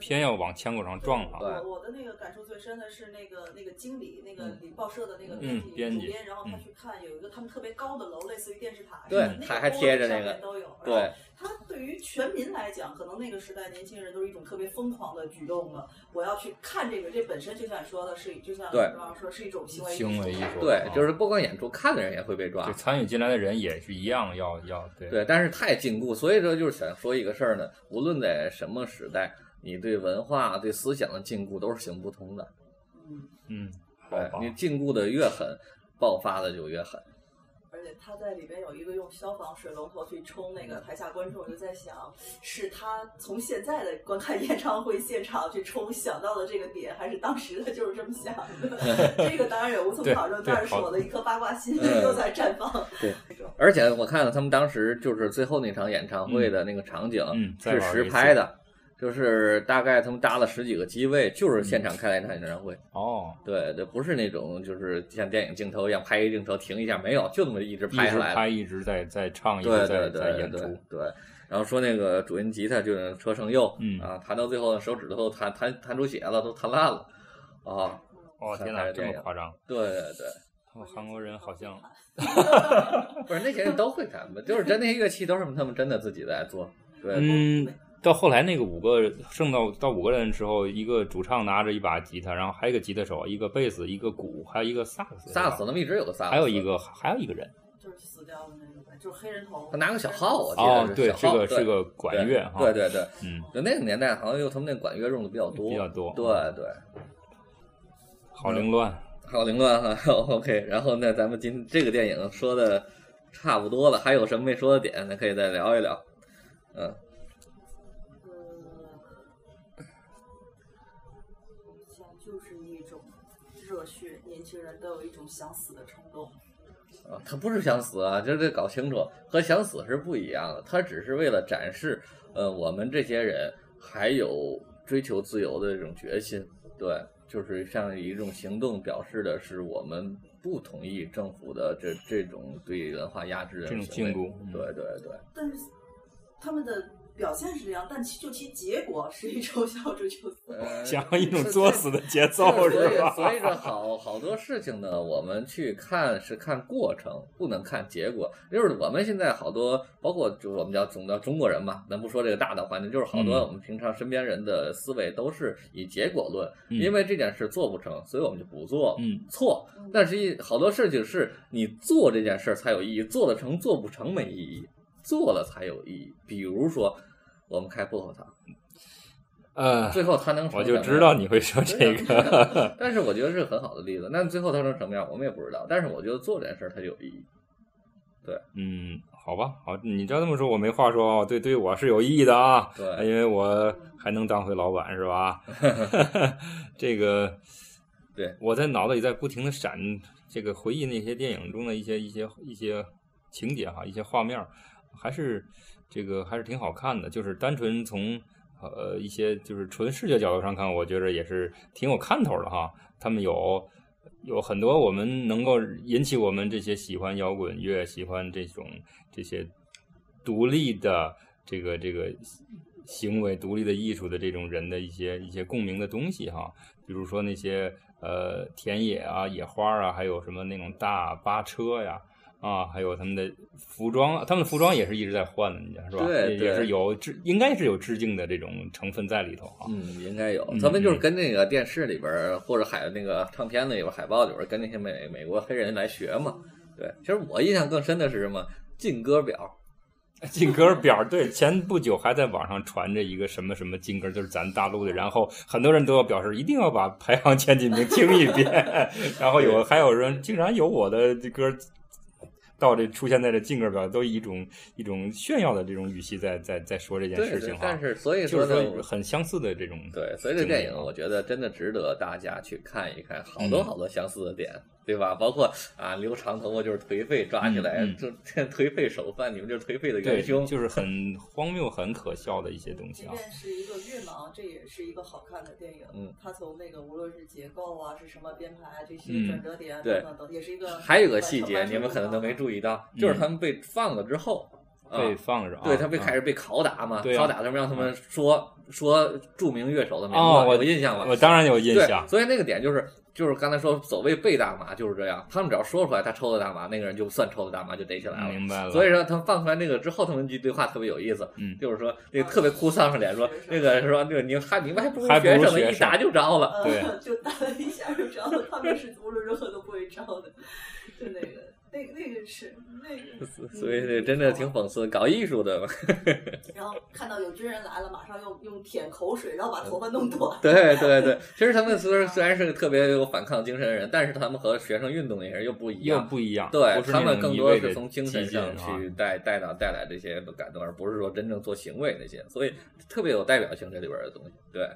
[SPEAKER 1] 偏要往枪口上撞啊。
[SPEAKER 2] 对
[SPEAKER 3] 我我的那个感受最深的是那个那个经理，那
[SPEAKER 2] 嗯
[SPEAKER 3] 个里报社的那个编辑、
[SPEAKER 1] 嗯编辑
[SPEAKER 3] 主编，然后他
[SPEAKER 1] 嗯
[SPEAKER 3] 去看有一个他们特别高的楼，类似于电视塔，
[SPEAKER 2] 对
[SPEAKER 3] 是那
[SPEAKER 2] 他
[SPEAKER 3] 个
[SPEAKER 2] 还贴着那
[SPEAKER 3] 那
[SPEAKER 2] 个
[SPEAKER 3] 都有。然
[SPEAKER 1] 哦
[SPEAKER 3] 后
[SPEAKER 2] 对，
[SPEAKER 3] 他对于全民来讲，可能那个时代年轻人都是一种特别疯狂的举动了。我要去看这个，这本身就像你说的是，就像
[SPEAKER 2] 对
[SPEAKER 3] 老师说是一种行为
[SPEAKER 1] 行为艺术，
[SPEAKER 2] 对
[SPEAKER 1] 啊，
[SPEAKER 2] 就是不光演出，看的人也会被抓
[SPEAKER 1] 就。参与进来的人也是一样要要对
[SPEAKER 2] 对，但是太禁锢，所以说就是想说一个事儿呢，无论在什么时代，你对文化、对思想的禁锢都是行不通的。
[SPEAKER 3] 嗯，
[SPEAKER 1] 嗯，好
[SPEAKER 2] 对
[SPEAKER 1] 吧，
[SPEAKER 2] 你禁锢的越狠，爆发的就越狠。
[SPEAKER 3] 而且他在里边有一个用消防水龙头去冲那个台下观众，我就在想，是他从现在的观看演唱会现场去冲想到的这个点，还是当时他就是这么想的？这个当然也无从考证，
[SPEAKER 1] 对对
[SPEAKER 3] 但是我的一颗八卦心
[SPEAKER 2] 嗯
[SPEAKER 3] 又在绽放。
[SPEAKER 2] 而且我看了他们当时就是最后那场演唱会的那个场景
[SPEAKER 1] 嗯再
[SPEAKER 2] 是
[SPEAKER 1] 玩一
[SPEAKER 2] 实
[SPEAKER 1] 次
[SPEAKER 2] 拍的，就是大概他们搭了十几个机位，就是现
[SPEAKER 1] 嗯
[SPEAKER 2] 场开了一场演唱会。
[SPEAKER 1] 哦，
[SPEAKER 2] 对对，不是那种就是像电影镜头一样拍一镜头停一下，没有，就那么一直
[SPEAKER 1] 一
[SPEAKER 2] 拍下
[SPEAKER 1] 直
[SPEAKER 2] 来了。
[SPEAKER 1] 拍一直在在唱，一
[SPEAKER 2] 对
[SPEAKER 1] 直
[SPEAKER 2] 对
[SPEAKER 1] 在
[SPEAKER 2] 对
[SPEAKER 1] 在
[SPEAKER 2] 对
[SPEAKER 1] 演
[SPEAKER 2] 对
[SPEAKER 1] 出，
[SPEAKER 2] 然后说那个主音吉他就是车胜佑，
[SPEAKER 1] 嗯
[SPEAKER 2] 啊，弹到最后手指头都弹弹弹出血了，都弹烂了，啊，
[SPEAKER 1] 哦天哪，
[SPEAKER 2] 看
[SPEAKER 1] 这
[SPEAKER 2] 电
[SPEAKER 1] 么
[SPEAKER 2] 影
[SPEAKER 1] 夸张！
[SPEAKER 2] 对对对，
[SPEAKER 1] 哦韩国人好像
[SPEAKER 2] *laughs* 不是那些人都会弹吧，就是真那些乐器都是他们真的自己在做，对，
[SPEAKER 1] 嗯，到后来那个五个剩到到五个人之后，一个主唱拿着一把吉他，然后还有一个吉他手，一个贝斯，一个鼓，还有一个萨克斯，
[SPEAKER 2] 萨克斯他们一直有个萨克斯，
[SPEAKER 1] 还有一个还有一个人。
[SPEAKER 3] 就是死掉的那个呗，就是黑人头。
[SPEAKER 2] 他拿个小号啊我记得
[SPEAKER 1] 哦，
[SPEAKER 2] 是
[SPEAKER 1] 对，
[SPEAKER 2] 小
[SPEAKER 1] 是
[SPEAKER 2] 号
[SPEAKER 1] 个
[SPEAKER 2] 对
[SPEAKER 1] 是个管乐哈，
[SPEAKER 2] 对对对，
[SPEAKER 1] 嗯，
[SPEAKER 3] 呃
[SPEAKER 2] 就那个年代好像用他们那管乐用的比较多，
[SPEAKER 1] 比较多
[SPEAKER 2] 对对，
[SPEAKER 1] 好凌乱，
[SPEAKER 2] 好凌乱哈。OK，然 *laughs* 后那咱们今这个电影说的差不多了，还有什么没说的点，咱可以再聊一聊。嗯，
[SPEAKER 3] 呃，像就是一种热血，年轻人都有一种想死的冲动。
[SPEAKER 2] 啊，他不是想死啊，这得搞清楚，和想死是不一样的。他只是为了展示，呃，我们这些人还有追求自由的这种决心。对，就是像一种行动表示的是我们不同意政府的这这种对文化压制的
[SPEAKER 1] 这种
[SPEAKER 2] 行为
[SPEAKER 1] 禁锢嗯
[SPEAKER 2] 对对对，
[SPEAKER 3] 但是他们的表现是这样，但其就其结果是一种想要追求死亡。
[SPEAKER 1] *laughs*
[SPEAKER 2] 呃
[SPEAKER 1] 讲一种作死的
[SPEAKER 2] *laughs*
[SPEAKER 1] 节奏
[SPEAKER 2] 所以
[SPEAKER 1] 是吧？
[SPEAKER 2] 所以这好好多事情呢，我们去看是看过程，不能看结果。就是我们现在好多，包括就我们叫总叫中国人嘛，咱不说这个大的环境，就是好多
[SPEAKER 1] 嗯
[SPEAKER 2] 我们平常身边人的思维都是以结果论，
[SPEAKER 1] 嗯
[SPEAKER 2] 因为这件事做不成，所以我们就不做。
[SPEAKER 1] 嗯，
[SPEAKER 2] 错
[SPEAKER 3] 嗯，
[SPEAKER 2] 但是一好多事情是你做这件事儿才有意义，做得成做不成没意义，做了才有意义。比如说，我们开薄荷糖，
[SPEAKER 1] 呃，
[SPEAKER 2] 最后它能成
[SPEAKER 1] 我就
[SPEAKER 2] 什么
[SPEAKER 1] 知
[SPEAKER 2] 样
[SPEAKER 1] 道你会说 *laughs* 这
[SPEAKER 2] *laughs*
[SPEAKER 1] 个， *laughs*
[SPEAKER 2] 但是我觉得是很好的例子。那最后他成什么样，我们也不知道。但是我觉得做这件事儿它就有意义。
[SPEAKER 1] 嗯，好吧，好，你照这么说我没话说哦，对，对我是有意义的啊，因
[SPEAKER 2] 对，
[SPEAKER 1] 为我还能当回老板是吧？ *laughs* 这个，
[SPEAKER 2] 对，
[SPEAKER 1] 我在脑子里在不停的闪，这个回忆那些电影中的一些一些一些情节哈，一些画面儿，还是这个还是挺好看的。就是单纯从呃一些就是纯视觉角度上看，我觉着也是挺有看头的哈。他们有有很多我们能够引起我们这些喜欢摇滚乐、喜欢这种这些独立的这个这个行为、独立的艺术的这种人的一些一些共鸣的东西哈，比如说那些呃田野啊、野花啊，还有什么那种大巴车呀。啊，还有他们的服装，他们的服装也是一直在换的，你知道是吧？
[SPEAKER 2] 对对
[SPEAKER 1] 也是有致，应该是有致敬的这种成分在里头啊。
[SPEAKER 2] 嗯，应该有
[SPEAKER 1] 嗯。
[SPEAKER 2] 他们就是跟那个电视里边儿或者海那个唱片里边儿海报里边儿跟那些美美国黑人来学嘛。对，其实我印象更深的是什么？劲歌表，
[SPEAKER 1] *laughs* 劲歌表儿对，前不久还在网上传着一个什么什么劲歌，就是咱大陆的，然后很多人都要表示一定要把排行前几名听一遍，
[SPEAKER 2] *laughs*
[SPEAKER 1] 然后有还有人竟然有我的这歌到这出现在这劲歌表，都以一种一种炫耀的这种语气在在在说这件
[SPEAKER 2] 对
[SPEAKER 1] 事
[SPEAKER 2] 对
[SPEAKER 1] 情，哈
[SPEAKER 2] 但，是所以
[SPEAKER 1] 就
[SPEAKER 2] 说
[SPEAKER 1] 是
[SPEAKER 2] 呢，
[SPEAKER 1] 说很相似的这种
[SPEAKER 2] 对，所以这电
[SPEAKER 1] 经历
[SPEAKER 2] 影
[SPEAKER 1] 啊
[SPEAKER 2] 我觉得真的值得大家去看一看，好多
[SPEAKER 1] 嗯
[SPEAKER 2] 好多相似的点，对吧？包括啊，留长头发就是颓废，抓起来、
[SPEAKER 1] 嗯嗯
[SPEAKER 2] 就颓废首犯，你们就是颓废的
[SPEAKER 1] 对，
[SPEAKER 2] 元凶，
[SPEAKER 1] 就是很荒谬、很可笑的一些东西
[SPEAKER 3] 即
[SPEAKER 1] 啊。
[SPEAKER 3] 便是一个越南，这也是一个好看的电影。
[SPEAKER 2] 嗯，
[SPEAKER 3] 它从那个无论是结构啊，是什么编排啊，这
[SPEAKER 1] 嗯
[SPEAKER 3] 些转折点啊
[SPEAKER 2] 对
[SPEAKER 3] 等等等，也是一个。
[SPEAKER 2] 还有一个细节，
[SPEAKER 3] 完
[SPEAKER 2] 你们可能都没。
[SPEAKER 3] 完成度
[SPEAKER 2] 注意到，
[SPEAKER 1] 嗯
[SPEAKER 2] 就是他们被放了之后，啊
[SPEAKER 1] 被放着啊，
[SPEAKER 2] 对他被
[SPEAKER 1] 啊
[SPEAKER 2] 开始被拷打嘛，
[SPEAKER 1] 对啊
[SPEAKER 2] 拷打他们让他们说说著名乐手的名
[SPEAKER 1] 哦
[SPEAKER 2] 字，
[SPEAKER 1] 我
[SPEAKER 2] 有印象
[SPEAKER 1] 我
[SPEAKER 2] 吗？
[SPEAKER 1] 当然有印
[SPEAKER 2] 对
[SPEAKER 1] 象，，
[SPEAKER 2] 所以那个点就是就是刚才说所谓被大麻就是这样，他们只要说出来他抽的大麻，那个人就算抽的大麻就逮起来了。
[SPEAKER 1] 明白了。
[SPEAKER 2] 所以说他们放出来那个之后，他们一句对话特别有意思，
[SPEAKER 1] 嗯
[SPEAKER 2] 就是说那个特别哭丧着脸说那个说那个你还你们还不如
[SPEAKER 1] 还不如
[SPEAKER 2] 学生呢，
[SPEAKER 1] 学
[SPEAKER 2] 一打就着
[SPEAKER 3] *laughs*
[SPEAKER 2] 了。
[SPEAKER 3] 呃
[SPEAKER 1] 对
[SPEAKER 3] 就打了一下就着了，他们是无论如何都不会着的，就那个，那那个是那个，
[SPEAKER 2] 所以这真的挺讽刺，搞艺术的嘛，
[SPEAKER 3] 然后看到有军人来了，马上用用舔口水，然后把头发
[SPEAKER 1] *laughs*
[SPEAKER 2] *laughs*
[SPEAKER 3] 弄短。
[SPEAKER 2] 对对对，其实他们虽然虽然是个特别有反抗精神的人，但是他们和学生运动那些人又不一
[SPEAKER 1] 又
[SPEAKER 2] 样。
[SPEAKER 1] 不一样，
[SPEAKER 2] 对
[SPEAKER 1] 不是
[SPEAKER 2] 他
[SPEAKER 1] 那
[SPEAKER 2] 们
[SPEAKER 1] 种
[SPEAKER 2] 更
[SPEAKER 1] 一
[SPEAKER 2] 多
[SPEAKER 1] 味
[SPEAKER 2] 是
[SPEAKER 1] 地
[SPEAKER 2] 从精神
[SPEAKER 1] 激进
[SPEAKER 2] 上
[SPEAKER 1] 啊
[SPEAKER 2] 去带带到带来这些感动，而不是说真正做行为那些，所以特别有代表性这里边的东西，对，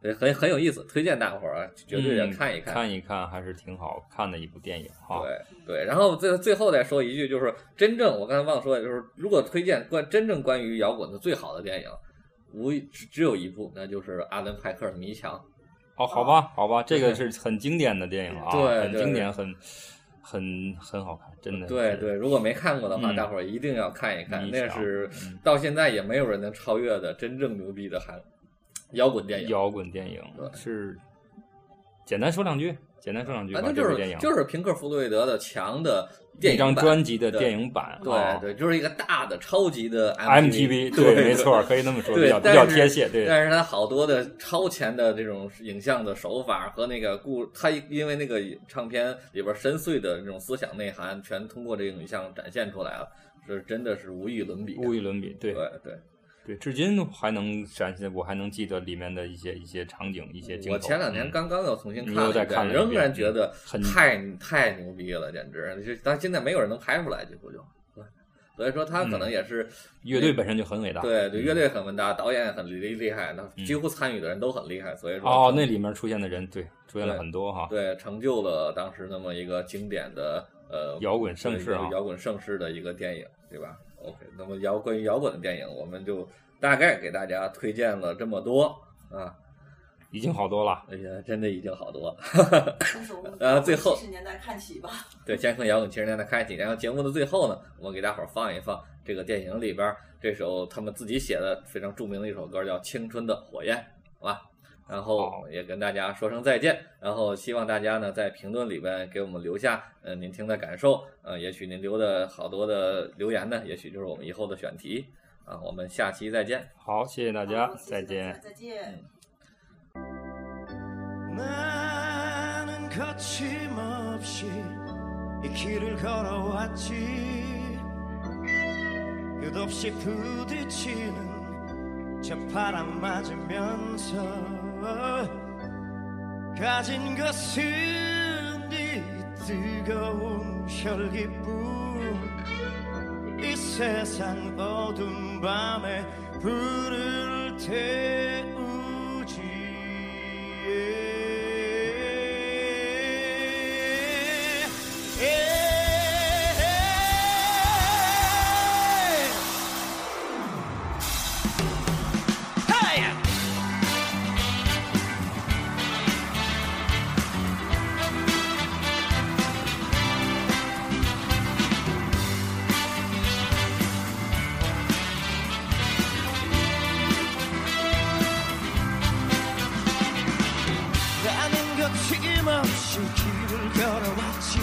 [SPEAKER 2] 对，很很有意思，推荐大伙儿啊绝对要
[SPEAKER 1] 嗯
[SPEAKER 2] 看一看。
[SPEAKER 1] 看一看还是挺好看的一部电影啊哈。
[SPEAKER 2] 对对，然后最最后再说一句，就是真正我刚才忘说，就是如果推荐关真正关于摇滚的最好的电影，无一只只有一部，那就是阿伦派克的《迷墙》。
[SPEAKER 1] 哦，好吧，好吧，这个是很经典的电影啊，
[SPEAKER 2] 啊对
[SPEAKER 1] 很
[SPEAKER 2] 对
[SPEAKER 1] 经典，很很很好看，真的。
[SPEAKER 2] 对，对，如果没看过的话，
[SPEAKER 1] 嗯
[SPEAKER 2] 大伙儿一定要看一看，
[SPEAKER 1] 迷
[SPEAKER 2] 那
[SPEAKER 1] 墙
[SPEAKER 2] 是
[SPEAKER 1] 嗯
[SPEAKER 2] 到现在也没有人能超越的真正牛逼的韩摇滚电影。
[SPEAKER 1] 摇滚电影
[SPEAKER 2] 对
[SPEAKER 1] 是。简单说两句，简单说两句吧。
[SPEAKER 2] 反正
[SPEAKER 1] 这
[SPEAKER 2] 啊就
[SPEAKER 1] 部电
[SPEAKER 2] 是
[SPEAKER 1] 影
[SPEAKER 2] 就是平克·弗洛伊德的强的电
[SPEAKER 1] 一
[SPEAKER 2] 影
[SPEAKER 1] 张
[SPEAKER 2] 版
[SPEAKER 1] 专辑的
[SPEAKER 2] 对
[SPEAKER 1] 电影版，
[SPEAKER 2] 对
[SPEAKER 1] 啊
[SPEAKER 2] 对，就是一个大的超级的
[SPEAKER 1] MTV，
[SPEAKER 2] 对，
[SPEAKER 1] 没错儿，可以那么说，比
[SPEAKER 2] 对
[SPEAKER 1] 较比
[SPEAKER 2] 但
[SPEAKER 1] 较
[SPEAKER 2] 是
[SPEAKER 1] 贴切，对，
[SPEAKER 2] 但是他好多的超前的这种影像的手法和那个故，他因为那个唱片里边深邃的这种思想内涵，全通过这个影像展现出来了，是真的是无与伦比的。
[SPEAKER 1] 无与伦比，对
[SPEAKER 2] 对对，
[SPEAKER 1] 对，至今还能闪现，我还能记得里面的一些一些场景、一些镜头。
[SPEAKER 2] 我前两年
[SPEAKER 1] 嗯
[SPEAKER 2] 刚刚又重新
[SPEAKER 1] 你
[SPEAKER 2] 看
[SPEAKER 1] 又
[SPEAKER 2] 了一
[SPEAKER 1] 再
[SPEAKER 2] 遍，
[SPEAKER 1] 看了一
[SPEAKER 2] 仍
[SPEAKER 1] 遍嗯
[SPEAKER 2] 然觉得
[SPEAKER 1] 很
[SPEAKER 2] 太太牛逼了，简直！就是但现在没有人能拍出来，几乎就。对所以说他可能也是、
[SPEAKER 1] 乐队本身就很嗯伟大，
[SPEAKER 2] 对对
[SPEAKER 1] 嗯
[SPEAKER 2] 乐队很文达，导演也很厉厉害，那几乎参与的人都很厉害，所以说
[SPEAKER 1] 哦，
[SPEAKER 2] 成
[SPEAKER 1] 那里面出现的人，对，出现了
[SPEAKER 2] 对
[SPEAKER 1] 很多哈，
[SPEAKER 2] 对，成就了当时那么一个经典的呃
[SPEAKER 1] 摇滚盛世啊
[SPEAKER 2] 对摇滚盛世的一个电影，对吧？OK，那么摇关于摇滚的电影，我们就大概给大家推荐了这么多啊，
[SPEAKER 1] 已经好多了。
[SPEAKER 2] 哎呀，真的已经好多了。
[SPEAKER 3] 但是我们
[SPEAKER 2] 呃最后
[SPEAKER 3] 七十年代看起吧，
[SPEAKER 2] *laughs* 对，先从摇滚七十年代开启，然后节目的最后呢，我们给大伙儿放一放这个电影里边儿这首他们自己写的非常著名的一首歌，叫《青春的火焰》，好吧？然后
[SPEAKER 1] 好
[SPEAKER 2] 也跟大家说声再见，然后希望大家呢在评论里边给我们留下，呃，您听的感受，呃，也许您留的好多的留言呢，也许就是我们以后的选题啊，我们下期再见。
[SPEAKER 1] 好，谢谢大
[SPEAKER 3] 大
[SPEAKER 1] 家，再见。
[SPEAKER 3] 再见。
[SPEAKER 4] 나는 거침없이 이 길을 걸어왔지 끝없이 부딪히는 저 바람 맞으면서 가진 것은 이 뜨거운 혈기뿐 이 세상 어두운 밤에 불을 태우지 예. 헤이! 나는 거침없이 길을 걸어왔지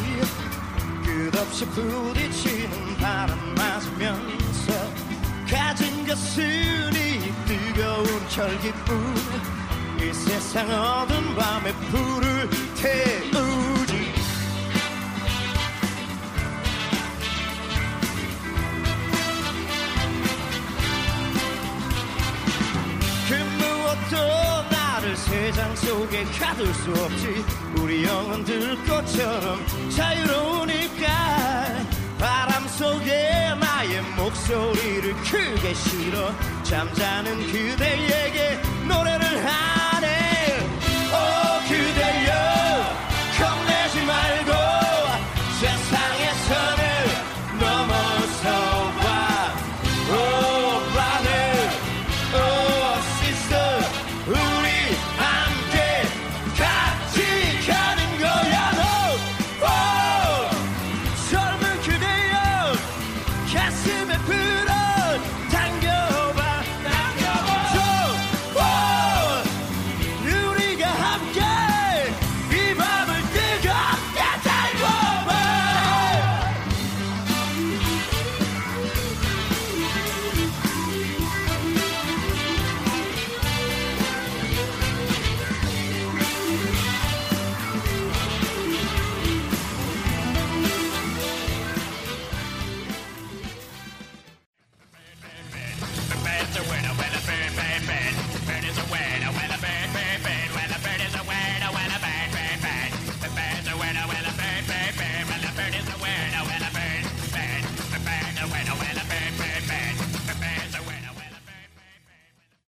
[SPEAKER 4] 끝없이 부딪히는 바람 맞으면서 가진 것은 이 뜨거운 혈기뿐 이 세상 어두운 밤에 불을 태우지 그 무엇도 나를 세상 속에 가둘 수 없지 우리 영혼들 꽃처럼 자유로우니까 바람 속에 나의 목소리를 크게 실어 잠자는 그대에게 노래를 하 Oh, Oh, oh.